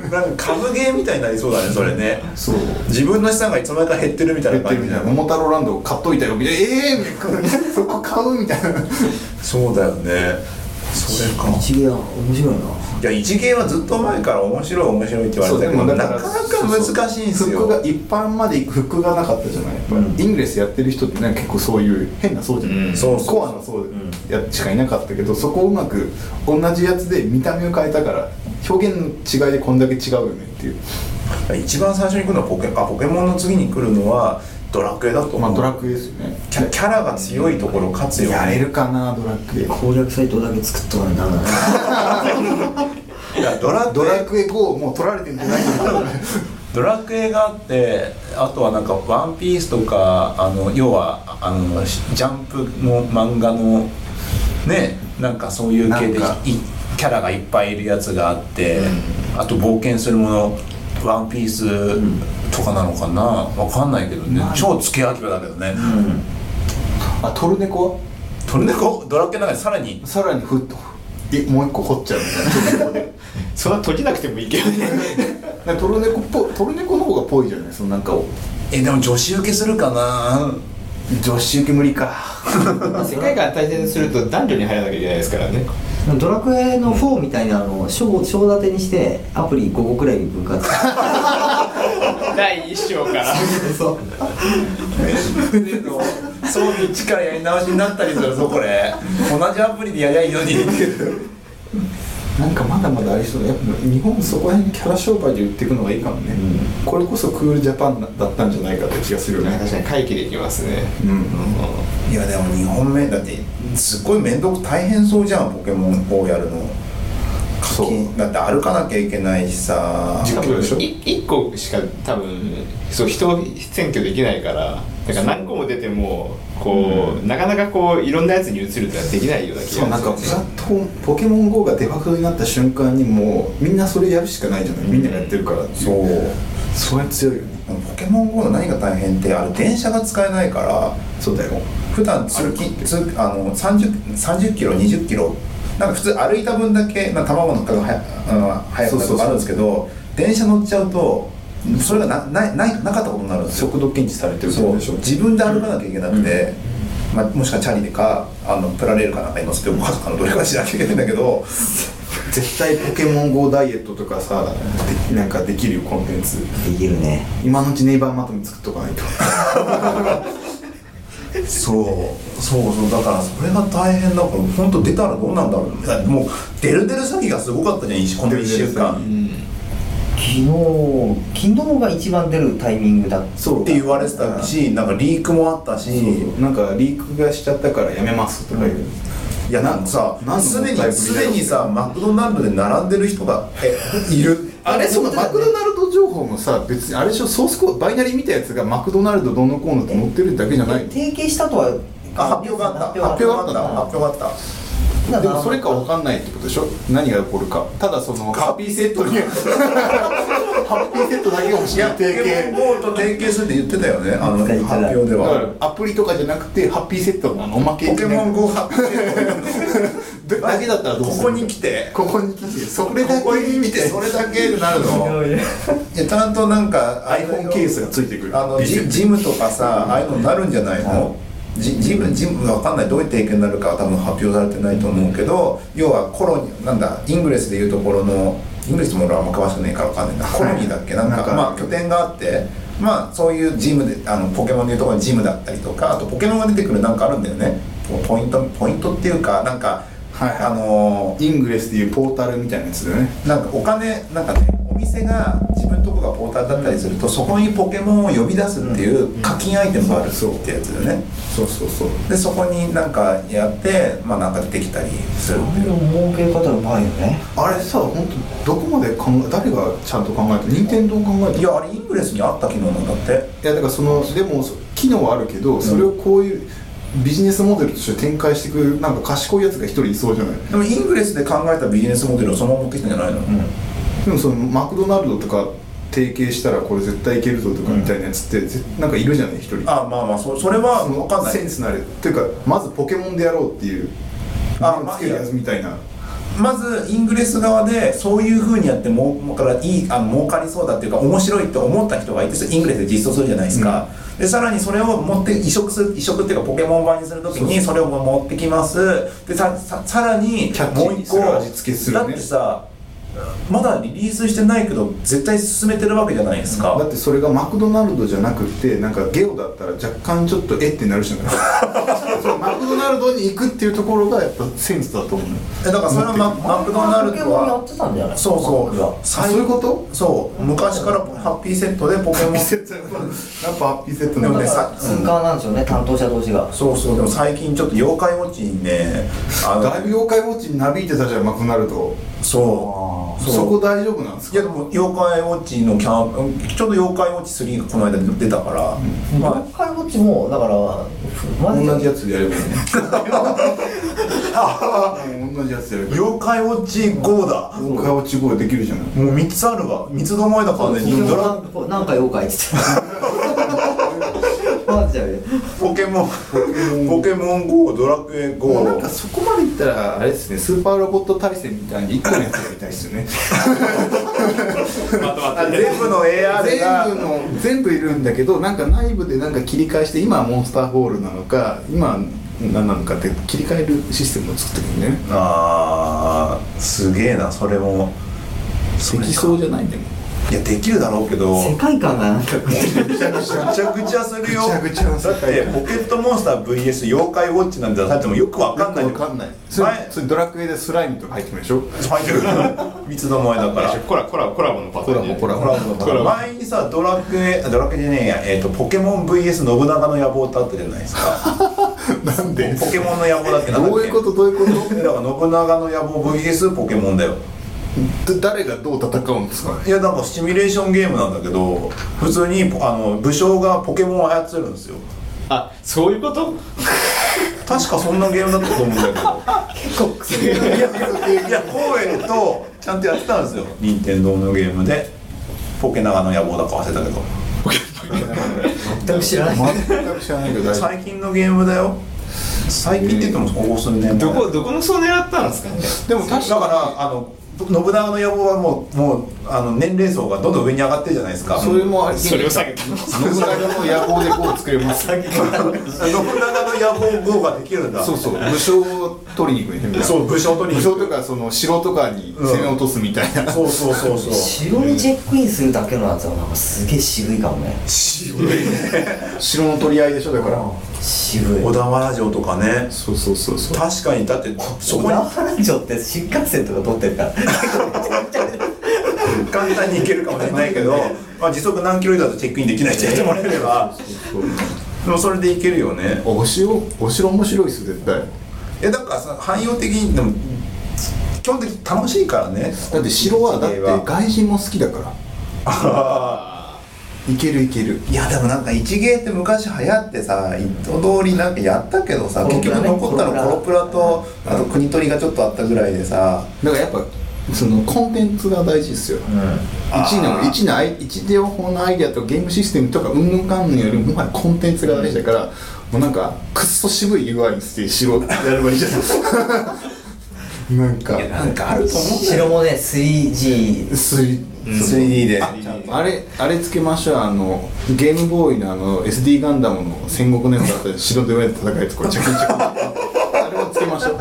[SPEAKER 2] な
[SPEAKER 1] なんか株ゲーみたいになりそうだねそれね
[SPEAKER 2] そう
[SPEAKER 1] 自分の資産がいつの間にか減ってるみたい
[SPEAKER 2] 言
[SPEAKER 1] な
[SPEAKER 2] っ
[SPEAKER 1] 感
[SPEAKER 2] てる
[SPEAKER 1] じ
[SPEAKER 2] み
[SPEAKER 1] だ
[SPEAKER 2] たい
[SPEAKER 1] よ
[SPEAKER 2] な桃太郎ランド買っといたよみたいなええー、みたいなそこ買うみたいな
[SPEAKER 1] そうだよねそれか
[SPEAKER 3] 一芸は面白いない
[SPEAKER 1] や一芸はずっと前から面白い面白いって言われてたけどなかなか難しいんです
[SPEAKER 2] 服が
[SPEAKER 1] よ
[SPEAKER 2] 一般まで行く服がなかったじゃないやっぱり、イングレスやってる人ってなんか結構そういう変な層じゃない、
[SPEAKER 4] うん
[SPEAKER 1] そうそう
[SPEAKER 2] コアな層やしかいなかったけどそこをうまく同じやつで見た目を変えたから表現の違いでこんだけ違うよねっていう
[SPEAKER 1] 一番最初に来るのはポケあポケモンの次に来るのはドラクエだと
[SPEAKER 2] まあ
[SPEAKER 1] 思う、
[SPEAKER 2] ドラクエですよね
[SPEAKER 1] キャキャラが強いところ勝つように
[SPEAKER 2] やれるかなドラクエ
[SPEAKER 3] 攻略サイトだけ作っとかないとダメだね
[SPEAKER 1] いやドラド
[SPEAKER 2] ドラ
[SPEAKER 1] ラ
[SPEAKER 2] クエ5もう取られてんじ ゃないかな
[SPEAKER 1] ドラクエがあってあとはなんか「ワンピースとかあの要はあのしジャンプの漫画のねなんかそういう系で
[SPEAKER 2] なんか
[SPEAKER 1] いキャラがいっぱいいるやつがあって、あと冒険するもの「ワンピースとかなのかなわかんないけどね超付け焼き場だけどね、
[SPEAKER 2] あトルネコは
[SPEAKER 1] トルネコドラクエの中でさらに
[SPEAKER 2] さらにふっとえもう一個掘っちゃうみたいなトルネコで
[SPEAKER 4] そんな解けなくてもいいけどね
[SPEAKER 2] なんかトルネコっぽトルネコの方がぽいじゃないそのなんか
[SPEAKER 1] えでも女子受けするかな
[SPEAKER 2] 女子受け無理か
[SPEAKER 4] 世界観対戦すると男女に入らなきゃいけないですからね
[SPEAKER 3] ドラクエの4みたいなのを章章立てにしてアプリ5個くらいに分割して
[SPEAKER 4] 第一章から
[SPEAKER 3] そう
[SPEAKER 1] そういう力やり直しになったりするぞこれ同じアプリでやりゃいいのに
[SPEAKER 2] なんかまだまだありそうだやっぱ日本もそこら辺キャラ商売で売っていくのがいいかもね、これこそクールジャパンだったんじゃないかって気がするよね
[SPEAKER 4] 確かに回帰できますね
[SPEAKER 2] うん、
[SPEAKER 1] いやでも2本目だってすっごい面倒く大変そうじゃんポケモンをやるの
[SPEAKER 2] そう
[SPEAKER 1] だって歩かなきゃいけないしさ
[SPEAKER 2] 時
[SPEAKER 4] 多
[SPEAKER 2] 間でしょ
[SPEAKER 4] 分い一個しか多分そう人を選挙できないからだから何個も出てもこう、なかなかこういろんなやつに移るってのはできないような気
[SPEAKER 2] そう
[SPEAKER 4] が
[SPEAKER 2] なん
[SPEAKER 4] す
[SPEAKER 2] かプラ
[SPEAKER 4] る
[SPEAKER 2] ットフォームポケモン GO がデファクトになった瞬間にもうみんなそれやるしかないじゃないみんながやってるからってい
[SPEAKER 1] そう
[SPEAKER 2] それ強いよね
[SPEAKER 1] ポケモン GO の何が大変ってあれ電車が使えないから
[SPEAKER 2] そうだよ
[SPEAKER 1] 普段通勤通あの 30, 30キロ20キロなんか普通歩いた分だけなんか卵の価格がはや、うん、早くなるとかあるんですけど電車乗っちゃうとそれがなないないなかったことになるんですよ
[SPEAKER 2] 速度検知されてるって
[SPEAKER 1] そ
[SPEAKER 2] こと
[SPEAKER 1] う
[SPEAKER 2] でしょ
[SPEAKER 1] 自分で歩かなきゃいけなくて、まあ、もしくはチャリでかあのプラレールかなんか今スペースかのどれかしなきゃいけないんだけど
[SPEAKER 2] 絶対ポケモン GO ダイエットとかさでなんかできるよコンテンツ
[SPEAKER 3] できるね
[SPEAKER 2] 今のうちネイバーまとめ作っとかないと
[SPEAKER 1] そうそうそうだからそれが大変だから本当出たらどうなんだろうだってもうデルデル詐欺がすごかったじゃん一この1週間
[SPEAKER 3] 昨日昨日が一番出るタイミングだっ
[SPEAKER 2] そう
[SPEAKER 1] って言われてたしなんかリークもあったし
[SPEAKER 2] なんかリークがしちゃったからやめますとか言う、
[SPEAKER 1] いやなんかさ
[SPEAKER 2] なんか
[SPEAKER 1] すで
[SPEAKER 2] タイプ
[SPEAKER 1] にすで
[SPEAKER 2] リーグ
[SPEAKER 1] にさマクドナルドで並んでる人がえいる
[SPEAKER 2] あれそのマクドナルド情報もさ別にあれでしょソースコードバイナリー見たやつがマクドナルドどうのこうのって載ってるだけじゃない
[SPEAKER 3] た提携したとは
[SPEAKER 1] あ発表があった発表があった発表があった
[SPEAKER 3] た
[SPEAKER 2] でもそれか分かんないってことでしょ何が起こるかただそのハッピーセットに ハッピーセットだけが欲し
[SPEAKER 1] い
[SPEAKER 2] い
[SPEAKER 1] や、
[SPEAKER 2] 提
[SPEAKER 1] ポケ
[SPEAKER 2] 携
[SPEAKER 1] モン GO と提携するって言ってたよね、あの
[SPEAKER 3] 言ってた
[SPEAKER 1] 発
[SPEAKER 3] 言って
[SPEAKER 1] 表で
[SPEAKER 2] だ
[SPEAKER 3] た
[SPEAKER 2] か
[SPEAKER 1] は。
[SPEAKER 2] らアプリとかじゃなくてハッピーセットのおまけ
[SPEAKER 1] ポケモン
[SPEAKER 2] ね
[SPEAKER 1] GO 発表
[SPEAKER 2] だだけだったらどう
[SPEAKER 1] こ
[SPEAKER 2] する
[SPEAKER 1] こに来て、
[SPEAKER 2] ここに来てそれだ
[SPEAKER 1] ここ
[SPEAKER 2] け
[SPEAKER 1] に見
[SPEAKER 2] 見
[SPEAKER 1] て、
[SPEAKER 2] て
[SPEAKER 1] それだけになるの。いや、ちゃんとなんか、
[SPEAKER 2] iPhone ケースがついてくる
[SPEAKER 1] あのジジムとかさ、ああいうのになるんじゃないのジジム、ジム、わかんない、どういう提携になるかは多分発表されてないと思うけど、要はコロニ、なんだ、イングレスでいうところの、イングレスも俺はあんま詳しくねえからわかんないな、コロニーだっけ、なん
[SPEAKER 2] なん
[SPEAKER 1] か、
[SPEAKER 2] か
[SPEAKER 1] まあ、拠点があって、まあ、そういうジムで、あのポケモンでいうところのジムだったりとか、あとポケモンが出てくるなんかあるんだよね、ポポイント、ポイントっていうか、なんか、
[SPEAKER 2] はいはい
[SPEAKER 1] あのー
[SPEAKER 2] イングレスっていうポータルみたいなやつだよね
[SPEAKER 1] なんかお金なんかねお店が自分とこがポーターだったりすると、そこにポケモンを呼び出すっていう課金アイテムがあるってやつだよね
[SPEAKER 2] そうそうそう
[SPEAKER 1] でそこになんかやってまあなんかできたりする
[SPEAKER 3] ああいうの儲け方うまいよね
[SPEAKER 2] あれさ本当どこまで考え誰がちゃんと考えて任天堂考えて
[SPEAKER 1] いやあれイングレスにあった機能なんだって
[SPEAKER 2] いやだからそのでもそ機能はあるけどそれをこういうビジネスモデルとして展開していくなんか賢いやつが一人いそうじゃない
[SPEAKER 1] でもイングレスで考えたビジネスモデルをそのまま持ってきたんじゃないの、
[SPEAKER 2] でもそのマクドナルドとか提携したらこれ絶対いけるぞとかみたいなやつって、ぜなんかいるじゃない一人
[SPEAKER 1] あまあまあそそれは
[SPEAKER 2] その
[SPEAKER 1] 分かんない
[SPEAKER 2] センスのあるっていうかまずポケモンでやろうっていう
[SPEAKER 1] あ
[SPEAKER 2] 目をつけるやつみたいな
[SPEAKER 1] まずイングレス側でそういうふうにやってもうからいいあの儲かりそうだっていうか面白いって思った人がいてそれイングレスで実装するじゃないですか、でさらにそれを持って移植する移植っていうかポケモン版にするときにそれを持ってきますでさささらに
[SPEAKER 2] キャッチ
[SPEAKER 1] もう
[SPEAKER 2] に
[SPEAKER 1] 一
[SPEAKER 2] す
[SPEAKER 1] 個
[SPEAKER 2] る味付けするね
[SPEAKER 1] だってさまだリリースしてないけど絶対進めてるわけじゃないですか、
[SPEAKER 2] だってそれがマクドナルドじゃなくてなんかゲオだったら若干ちょっとえってなるじゃない そうマクドナルドに行くっていうところがやっぱセンスだと思う
[SPEAKER 1] えだからそれはママクドナル
[SPEAKER 3] ポケ
[SPEAKER 1] ド
[SPEAKER 3] モンや
[SPEAKER 1] は
[SPEAKER 3] ってたんじゃない
[SPEAKER 1] そうそう
[SPEAKER 2] あそういうこと
[SPEAKER 1] そう昔からハッピーセットでポケモン
[SPEAKER 2] トやっぱハッピーセット
[SPEAKER 1] で
[SPEAKER 2] な
[SPEAKER 1] も
[SPEAKER 2] ん
[SPEAKER 1] ね
[SPEAKER 2] だ
[SPEAKER 1] さ
[SPEAKER 3] 通過なんですよね担当者同士が
[SPEAKER 1] そうそうでも最近ちょっと妖怪ウォッチにねあの
[SPEAKER 2] だいぶ妖怪ウォッチになびいてたじゃんマクドナルド
[SPEAKER 1] そう
[SPEAKER 2] そこ大丈夫なんです
[SPEAKER 1] い
[SPEAKER 2] か
[SPEAKER 1] やでも妖怪ウォッチのキャンちょうど妖怪ウォッチ3がこの間出たから、ま
[SPEAKER 3] 妖怪ウォッチもだから
[SPEAKER 2] 同じ
[SPEAKER 3] や
[SPEAKER 2] やつでやればいいねああもう同じやつやるから
[SPEAKER 1] 妖怪ウォッチ GO だ
[SPEAKER 2] 妖怪ウォッチ GO できるじゃない
[SPEAKER 1] もう3つあるわ三つどもえだからねドラ
[SPEAKER 3] そうなんか妖怪 って言ってた。マジで。
[SPEAKER 1] ポケモンポケモン GO ドラクエ GO
[SPEAKER 2] なんかそこまでいったらあれですねスーパーロボット対戦みたいに1個のやつやりたいですよね
[SPEAKER 4] まとま
[SPEAKER 1] あ
[SPEAKER 4] って
[SPEAKER 1] 全部の AR が
[SPEAKER 2] 全部の全部いるんだけどなんか内部でなんか切り替えして今はモンスターホールなのか今は何なのかって切り替えるシステムを作ってくるね
[SPEAKER 1] あーすげえなそれもそ
[SPEAKER 2] で
[SPEAKER 1] れか
[SPEAKER 2] きそうじゃないんだもん
[SPEAKER 1] いやできるだろうけど
[SPEAKER 3] 世界観がなんかこう
[SPEAKER 1] ぐちゃぐちゃぐちゃぐちゃするよ
[SPEAKER 2] ぐちゃぐちゃな世
[SPEAKER 1] だっ
[SPEAKER 2] 界
[SPEAKER 1] てポケットモンスター VS 妖怪ウォッチなんてだってもよくわかん ない
[SPEAKER 2] わかんないそれ
[SPEAKER 1] 前
[SPEAKER 2] それドラクエでスライムとか入ってくるでしょ
[SPEAKER 1] 入ってくる三つどもえだから
[SPEAKER 4] コラコラコラボのパターンじゃない
[SPEAKER 2] コラボ
[SPEAKER 1] コラボの
[SPEAKER 4] コラボ
[SPEAKER 1] 前にさドラクエあドラクエじゃねえや、えー、とポケモン VS 信長の野望ってあったじゃないですか
[SPEAKER 2] なんで
[SPEAKER 1] ポケモンの野望だっけなんだっけ
[SPEAKER 2] どういうことどういうこ
[SPEAKER 1] だから信長の野望 VS ポケモンだよ
[SPEAKER 2] とだ誰がどう戦うんですかね
[SPEAKER 1] いやなんかシミュレーションゲームなんだけど普通にポあの武将がポケモンを操るんですよ
[SPEAKER 4] あそういうこと
[SPEAKER 1] 確かそんなゲームだったと思うんだけ ど
[SPEAKER 3] 結構癖が。
[SPEAKER 1] いやいや光栄とちゃんとやってたんですよ任天堂のゲームでポケ長の野望だか忘れたけど
[SPEAKER 3] 全く知らない。
[SPEAKER 2] 全く知らないけど大丈夫
[SPEAKER 1] 最近のゲームだよ最近って言ってもここ数年前
[SPEAKER 4] どこどこの層狙ったんですかね
[SPEAKER 1] でも確かだからあの信長の野望はもうもうあの年齢層がどんどん上に上がってるじゃないですか
[SPEAKER 2] それもあり
[SPEAKER 4] それを下げた
[SPEAKER 2] 信長の野望でこう作れます
[SPEAKER 1] 信長の野望 GO ができるんだ
[SPEAKER 2] そうそう武将を取りに行くねみたいな
[SPEAKER 1] そう武将とに
[SPEAKER 2] 武将とかその城とかに攻め落とすみたいな、
[SPEAKER 1] そうそうそうそう
[SPEAKER 3] 城にチェックインするだけのやつはなんかすげえ渋いかもね。
[SPEAKER 2] 城の取り合いでしょだから
[SPEAKER 3] 渋い。
[SPEAKER 1] 小田原城とかね
[SPEAKER 2] そうそうそうそう
[SPEAKER 1] 確かにだってそ
[SPEAKER 3] 小
[SPEAKER 1] こに
[SPEAKER 3] 田原城って新幹線とか通ってるから。
[SPEAKER 1] 簡単に行けるかもしれないけど、まあ、時速何キロ以上だとチェックインできないって言ってもらえればでもそれでいけるよね
[SPEAKER 2] お城お城面白いっす絶対
[SPEAKER 1] えだからさ汎用的にでも基本的に楽しいからね
[SPEAKER 2] だって城はだって外人も好きだからいけるいける
[SPEAKER 1] いやでもなんか一芸って昔流行ってさ一通りなんかやったけどさ
[SPEAKER 3] コロ
[SPEAKER 1] 結
[SPEAKER 3] プラ
[SPEAKER 1] 局
[SPEAKER 3] ね
[SPEAKER 1] 残ったのコロプラとあと国取りがちょっとあったぐらいでさ
[SPEAKER 2] だからやっぱそのコンテンツが大事ですよ、一の一のアイ一情報のアイデアとゲームシステムとかうんぬんかんぬんよりもまあコンテンツが大事だから、もうなんかくっそ渋い UI にして城やればいいじゃないですか なんか
[SPEAKER 1] なんかあると思うんだよ
[SPEAKER 3] 城もね 3G。
[SPEAKER 2] すり
[SPEAKER 1] 3D で
[SPEAKER 2] あれあれつけましょうあのゲームボーイのあの SD ガンダムの戦国のやつだ ったり城で上で戦いとかめちゃくちゃあれをつけましょう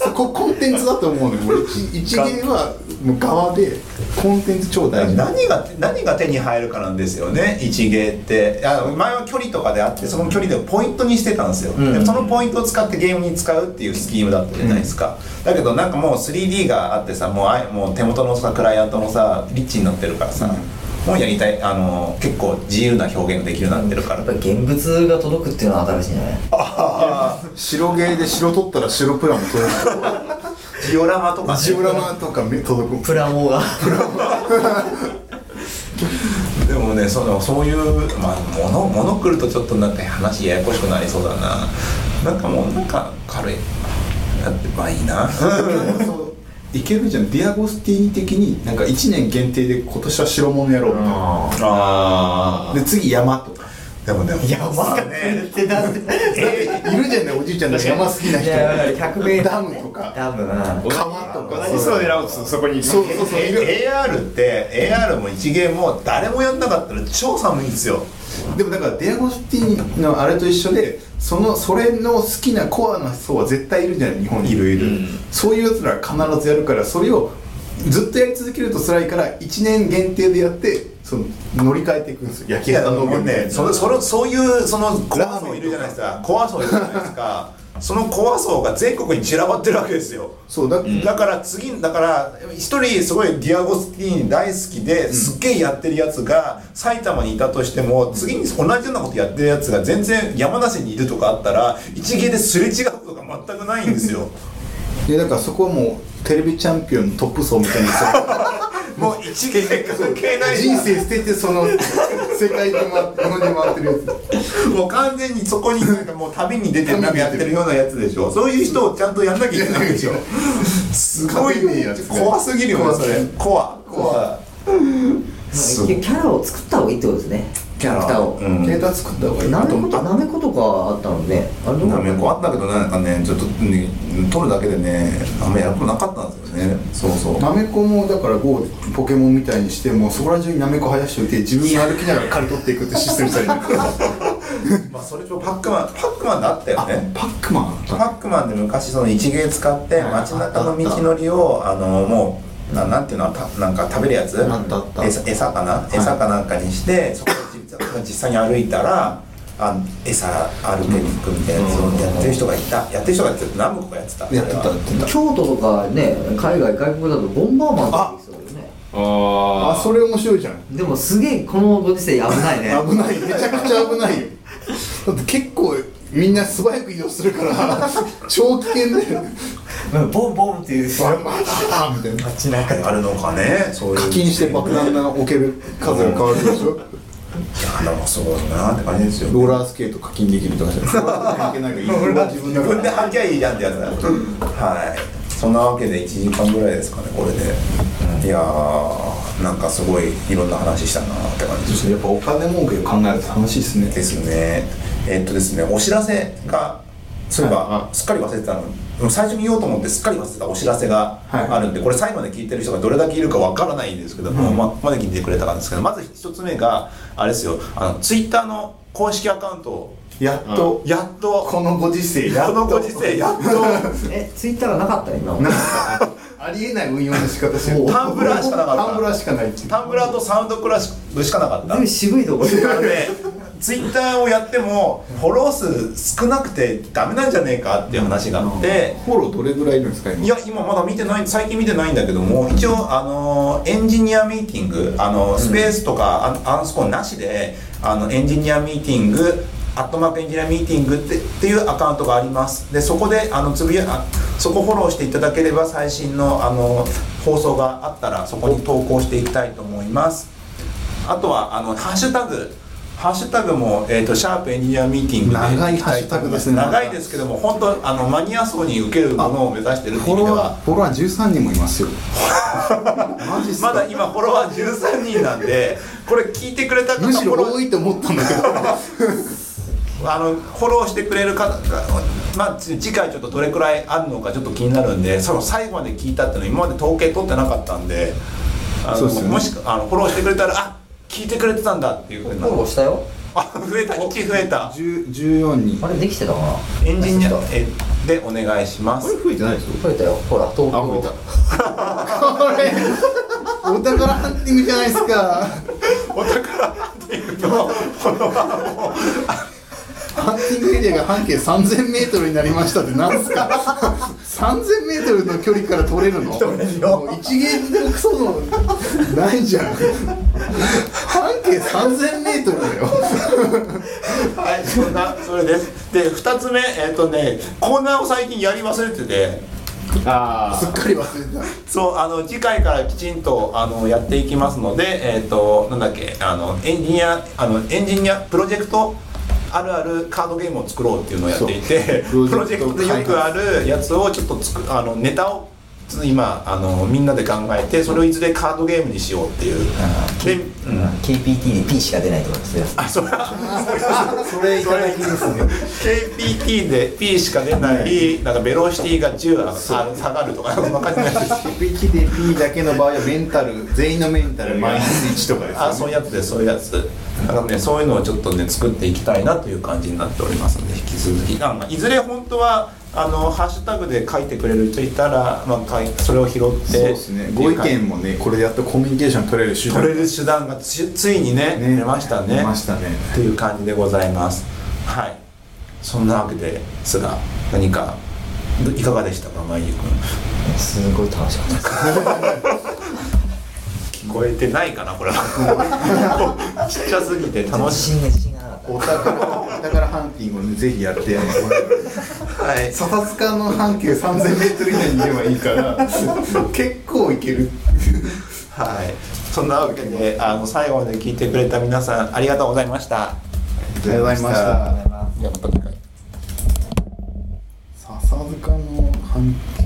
[SPEAKER 2] そこコンテンツだと思うのよもう一一芸はもう側でコンテンツ超大事
[SPEAKER 1] 何が何が手に入るかなんですよね一芸ってあ前は距離とかであってその距離でポイントにしてたんですよ、
[SPEAKER 3] ん
[SPEAKER 1] でもそのポイントを使ってゲームに使うっていうスキームだったじゃないですか、だけどなんかもう 3D があってさもうあいもう手元のさクライアントもさリッチになってるからさ、もうやりたいあの結構自由な表現ができるようになってるから、
[SPEAKER 3] やっぱり現物が届くっていうのは新しいんじゃない
[SPEAKER 2] 白ゲーで白取ったら白プラも取れる
[SPEAKER 1] ジオラマとかね
[SPEAKER 2] ジオラマとかめ届く
[SPEAKER 3] プラモが。
[SPEAKER 1] でもねそのそういう、まあ、モノモノクルとちょっとなんか話ややこしくなりそうだななんかもうなんか軽いだってまあいい な
[SPEAKER 2] いけるじゃんディアゴスティーニ的になんか1年限定で今年は白物やろうみたいな
[SPEAKER 1] あ
[SPEAKER 2] で次山とか
[SPEAKER 1] でもでも
[SPEAKER 3] 山がねってなって。
[SPEAKER 2] いるじゃないおじいちゃんの山好きない人
[SPEAKER 3] やわかる100メートル
[SPEAKER 2] ダムとか
[SPEAKER 3] ダムな。
[SPEAKER 2] 川とか
[SPEAKER 4] 同じ層狙うとそこに
[SPEAKER 2] そうそうそういる
[SPEAKER 1] AR って AR も一芸も誰もやんなかったら超寒いんですよ
[SPEAKER 2] でもだからディアゴスティーニのあれと一緒でそのそれの好きなコアな層は絶対いるじゃない日本に
[SPEAKER 1] いるいる、
[SPEAKER 4] うん
[SPEAKER 2] そういうやつらは必ずやるからそれをずっとやり続けると辛いから1年限定でやってその乗り換えていくんですよ焼
[SPEAKER 1] い
[SPEAKER 2] き
[SPEAKER 1] や
[SPEAKER 2] 方
[SPEAKER 1] あ
[SPEAKER 2] の
[SPEAKER 1] のねそれそれそういうそのコア
[SPEAKER 2] ラー
[SPEAKER 1] 層
[SPEAKER 2] メンとか
[SPEAKER 1] いるじゃないですかコア層いるじゃないですかそのコア層が全国に散らばってるわけですよ
[SPEAKER 2] そうだ、
[SPEAKER 1] だから次だから一人すごいディアゴスティーニ大好きですっげえやってるやつが埼玉にいたとしても次に同じようなことやってるやつが全然山梨にいるとかあったら一芸ですれ違うことが全くないんですよ
[SPEAKER 2] でだからそこはもうテレビチャンピオンのトップ層みたいにさ
[SPEAKER 1] ももう一元関係 ない
[SPEAKER 2] 人生捨ててその世界で回物に回ってるや
[SPEAKER 1] もう完全にそこになんかもう旅に出てなんかやってるようなやつでしょそういう人をちゃんとやんなきゃいけないでしょすごいよ
[SPEAKER 2] 勝てねえやつね
[SPEAKER 1] 怖すぎるよねそれ怖怖
[SPEAKER 3] キャラを作った方がいいってことですね
[SPEAKER 1] キャラ
[SPEAKER 3] キャラを
[SPEAKER 1] うん
[SPEAKER 2] つデータ作った方がいい
[SPEAKER 3] な
[SPEAKER 2] なと
[SPEAKER 3] め
[SPEAKER 2] 思
[SPEAKER 3] こ
[SPEAKER 2] っ
[SPEAKER 3] と
[SPEAKER 2] た
[SPEAKER 3] なめことかあったのねあれどう
[SPEAKER 1] なめこあったけどねなんかねちょっと、ね、取るだけでねあんまやることなかったんですよねそうそう
[SPEAKER 2] なめこもだから GO ポケモンみたいにしてもうそこら中になめこ生やしておいて自分が歩きながら刈り取っていくってシステムされてる
[SPEAKER 1] まあそれとパックマンパックマンだったよ
[SPEAKER 2] あ
[SPEAKER 1] ね
[SPEAKER 2] パックマンあっ
[SPEAKER 1] パックマンで昔その一芸使って
[SPEAKER 2] はい
[SPEAKER 1] 街中の道のりをあのもうななんていうのたなんか食べるやつ
[SPEAKER 2] あったあった
[SPEAKER 1] 餌餌かな、
[SPEAKER 2] い
[SPEAKER 1] 餌かなんかにしてそこで実実際に歩いたらあ餌歩けに行くみたいなやつをやってる人がいたやってる人がやってた何個かやってた
[SPEAKER 2] やってたやってた
[SPEAKER 3] 京都とかね海外外国だとボンバーマンとかできそうだよね
[SPEAKER 4] あ
[SPEAKER 2] あそれ面白いじゃん
[SPEAKER 3] でもすげえこのご時世危ない ね
[SPEAKER 2] 危ないめちゃくちゃ危ないよだって結構みんな素早く移動するから超危険だよ
[SPEAKER 3] ボンボンっていう
[SPEAKER 2] バンバンバンみたいな
[SPEAKER 1] 街中にあるのかねそういう
[SPEAKER 2] 課金して爆弾が置ける数が変わるでしょ
[SPEAKER 1] あでもそうだなって感じですよ
[SPEAKER 2] ローラースケート課金できるとかじゃない関係ないから
[SPEAKER 1] 自
[SPEAKER 2] 自
[SPEAKER 1] 分
[SPEAKER 2] 分
[SPEAKER 1] で
[SPEAKER 2] が
[SPEAKER 1] 自分で
[SPEAKER 2] 自分
[SPEAKER 1] 自
[SPEAKER 2] だ
[SPEAKER 1] 分で
[SPEAKER 2] から
[SPEAKER 1] 履きゃいいじゃんってやつだはいそんなわけで1時間ぐらいですかねこれで、いやーなんかすごいいろんな話したなって感じです
[SPEAKER 2] やっぱお金儲けを考えると楽しいですね
[SPEAKER 1] ですねえっとですねお知らせがそういえばすっかり忘れてたのでも最初に言おうと思ってすっかり忘れてたお知らせが
[SPEAKER 2] はい
[SPEAKER 1] あるんで、これ最後まで聞いてる人がどれだけいるかわからないんですけども、ままだ聞いてくれたかんですけどまず一つ目があれですよあのツイッターの公式アカウントを
[SPEAKER 2] やっと
[SPEAKER 1] やっと
[SPEAKER 2] このご時世や
[SPEAKER 1] こ
[SPEAKER 2] っ
[SPEAKER 1] のご
[SPEAKER 2] と
[SPEAKER 1] 時世やっと
[SPEAKER 3] えツイッターがなかった今も
[SPEAKER 2] ありえない運用の仕方して
[SPEAKER 3] も
[SPEAKER 2] る
[SPEAKER 3] う
[SPEAKER 1] タンブラーしかなかった
[SPEAKER 2] タンブラーしかないっていう
[SPEAKER 1] タンブラーとサウンドクラシックしかなかった
[SPEAKER 3] 随分渋い ところ
[SPEAKER 1] なのでツイッターをやってもフォロー数少なくてダメなんじゃねえかっていう話があって、
[SPEAKER 2] フォローどれぐらいいるんですか今
[SPEAKER 1] いや今まだ見てない最近見てないんだけども一応あのエンジニアミーティングあのスペースとかアンアンスコなしであのエンジニアミーティングアットマークエンジニアミーティングってっていうアカウントがありますでそこであのつぶやあそこフォローしていただければ最新のあの放送があったらそこに投稿していきたいと思いますあとはあのハッシュタグハッシュタグも、えー、とシャープエンジニアミーティングで
[SPEAKER 2] 長いハッシュタグですね
[SPEAKER 1] 長いですけども本当あのマニア層に受けるものを目指してるって
[SPEAKER 2] フ
[SPEAKER 1] 意
[SPEAKER 2] ォ
[SPEAKER 1] 味で
[SPEAKER 2] ロワ
[SPEAKER 1] は
[SPEAKER 2] ーフォロワー13人もいますよ マジっすか
[SPEAKER 1] まだ今フォロワー13人なんでこれ聞いてくれた方
[SPEAKER 2] むしろ
[SPEAKER 1] フォロ
[SPEAKER 2] 多いと思ったんだけど
[SPEAKER 1] あのフォローしてくれる方がまあ次次回ちょっとどれくらいあるのかちょっと気になるんでその最後まで聞いたっていうのは今まで統計取ってなかったんであ
[SPEAKER 2] そ
[SPEAKER 1] の
[SPEAKER 2] うですよね
[SPEAKER 1] もしくあのフォローしてくれたらあ聞いてくれてたんだっていうふうな
[SPEAKER 3] フォローしたよ
[SPEAKER 1] あ増えた1増えた
[SPEAKER 2] 10 14人
[SPEAKER 3] あれできてたかな
[SPEAKER 1] エンジニア
[SPEAKER 3] 増
[SPEAKER 1] えでお願いします
[SPEAKER 2] 増えてないですよ
[SPEAKER 3] えたよほら東
[SPEAKER 2] あ
[SPEAKER 3] 京
[SPEAKER 2] 増えたこれお宝ハンティングじゃないですか
[SPEAKER 1] お宝っていうのフォロワーを
[SPEAKER 2] ハンティングエリアが半径3000メートルになりましたってなんすか3000メートルの距離から取れるの
[SPEAKER 1] 取れるよ
[SPEAKER 2] もう一芸でもクソのないじゃん半径3000メートルだよ
[SPEAKER 1] はい、そんな、それです。で、二つ目、えっ、とね、コーナーを最近やり忘れてて。
[SPEAKER 4] あ
[SPEAKER 2] すっかり忘れて
[SPEAKER 1] そう、あの、次回からきちんと、あの、やっていきますので、えっ、と、なんだっけ、あの、エンジニア、あの、エンジニアプロジェクト。あるあるカードゲームを作ろうっていうのをやっていて、
[SPEAKER 2] そう
[SPEAKER 1] プロジェクトでよくあるやつをちょっとつく、あの、ネタを。今あのみんなで考えてそれをいずれカードゲームにしようっていうで、うん、
[SPEAKER 3] KPT で P しか出ないと思いますよ
[SPEAKER 1] あそれは
[SPEAKER 2] たそれいただきですね
[SPEAKER 1] KPT で P しか出ない、なんかベロシティが10あ下がるとか、そんな感じなん です。
[SPEAKER 2] 1で P だけの場合はメンタル全員のメンタルマイナス1とかです、ね、
[SPEAKER 1] あ、そういうやつです、そういうやつ。なんかね、そういうのをちょっとね、作っていきたいなという感じになっておりますので、引き続き、あまあいずれ本当は。あのハッシュタグで書いてくれる人いたら、まあ、かいそれを拾って
[SPEAKER 2] そうですねご意見もねこれでやっとコミュニケーション取れる手段
[SPEAKER 1] 取れる手段がつついにね
[SPEAKER 2] ね
[SPEAKER 1] 出ましたね
[SPEAKER 2] 出ましたね
[SPEAKER 1] という感じでございますはいそんなわけですが何かどいかがでしたかまゆゆくん
[SPEAKER 3] すごい楽しかったです
[SPEAKER 1] 聞こえてないかなこれはちっちゃすぎて楽
[SPEAKER 3] 自
[SPEAKER 1] しい
[SPEAKER 3] 信が自信がなかった
[SPEAKER 2] お宝お宝ハンティングをねぜひやってもらえれば
[SPEAKER 1] はい
[SPEAKER 2] 笹塚の半径3000メートル以内にいればいいから結構いける
[SPEAKER 1] はいそんなわけであの最後まで聞いてくれた皆さんありがとうございました
[SPEAKER 2] りがとうございまし
[SPEAKER 3] ありがとう
[SPEAKER 2] た
[SPEAKER 3] ござ
[SPEAKER 1] じ
[SPEAKER 3] います
[SPEAKER 1] ゃあまた次回
[SPEAKER 2] 笹塚の半径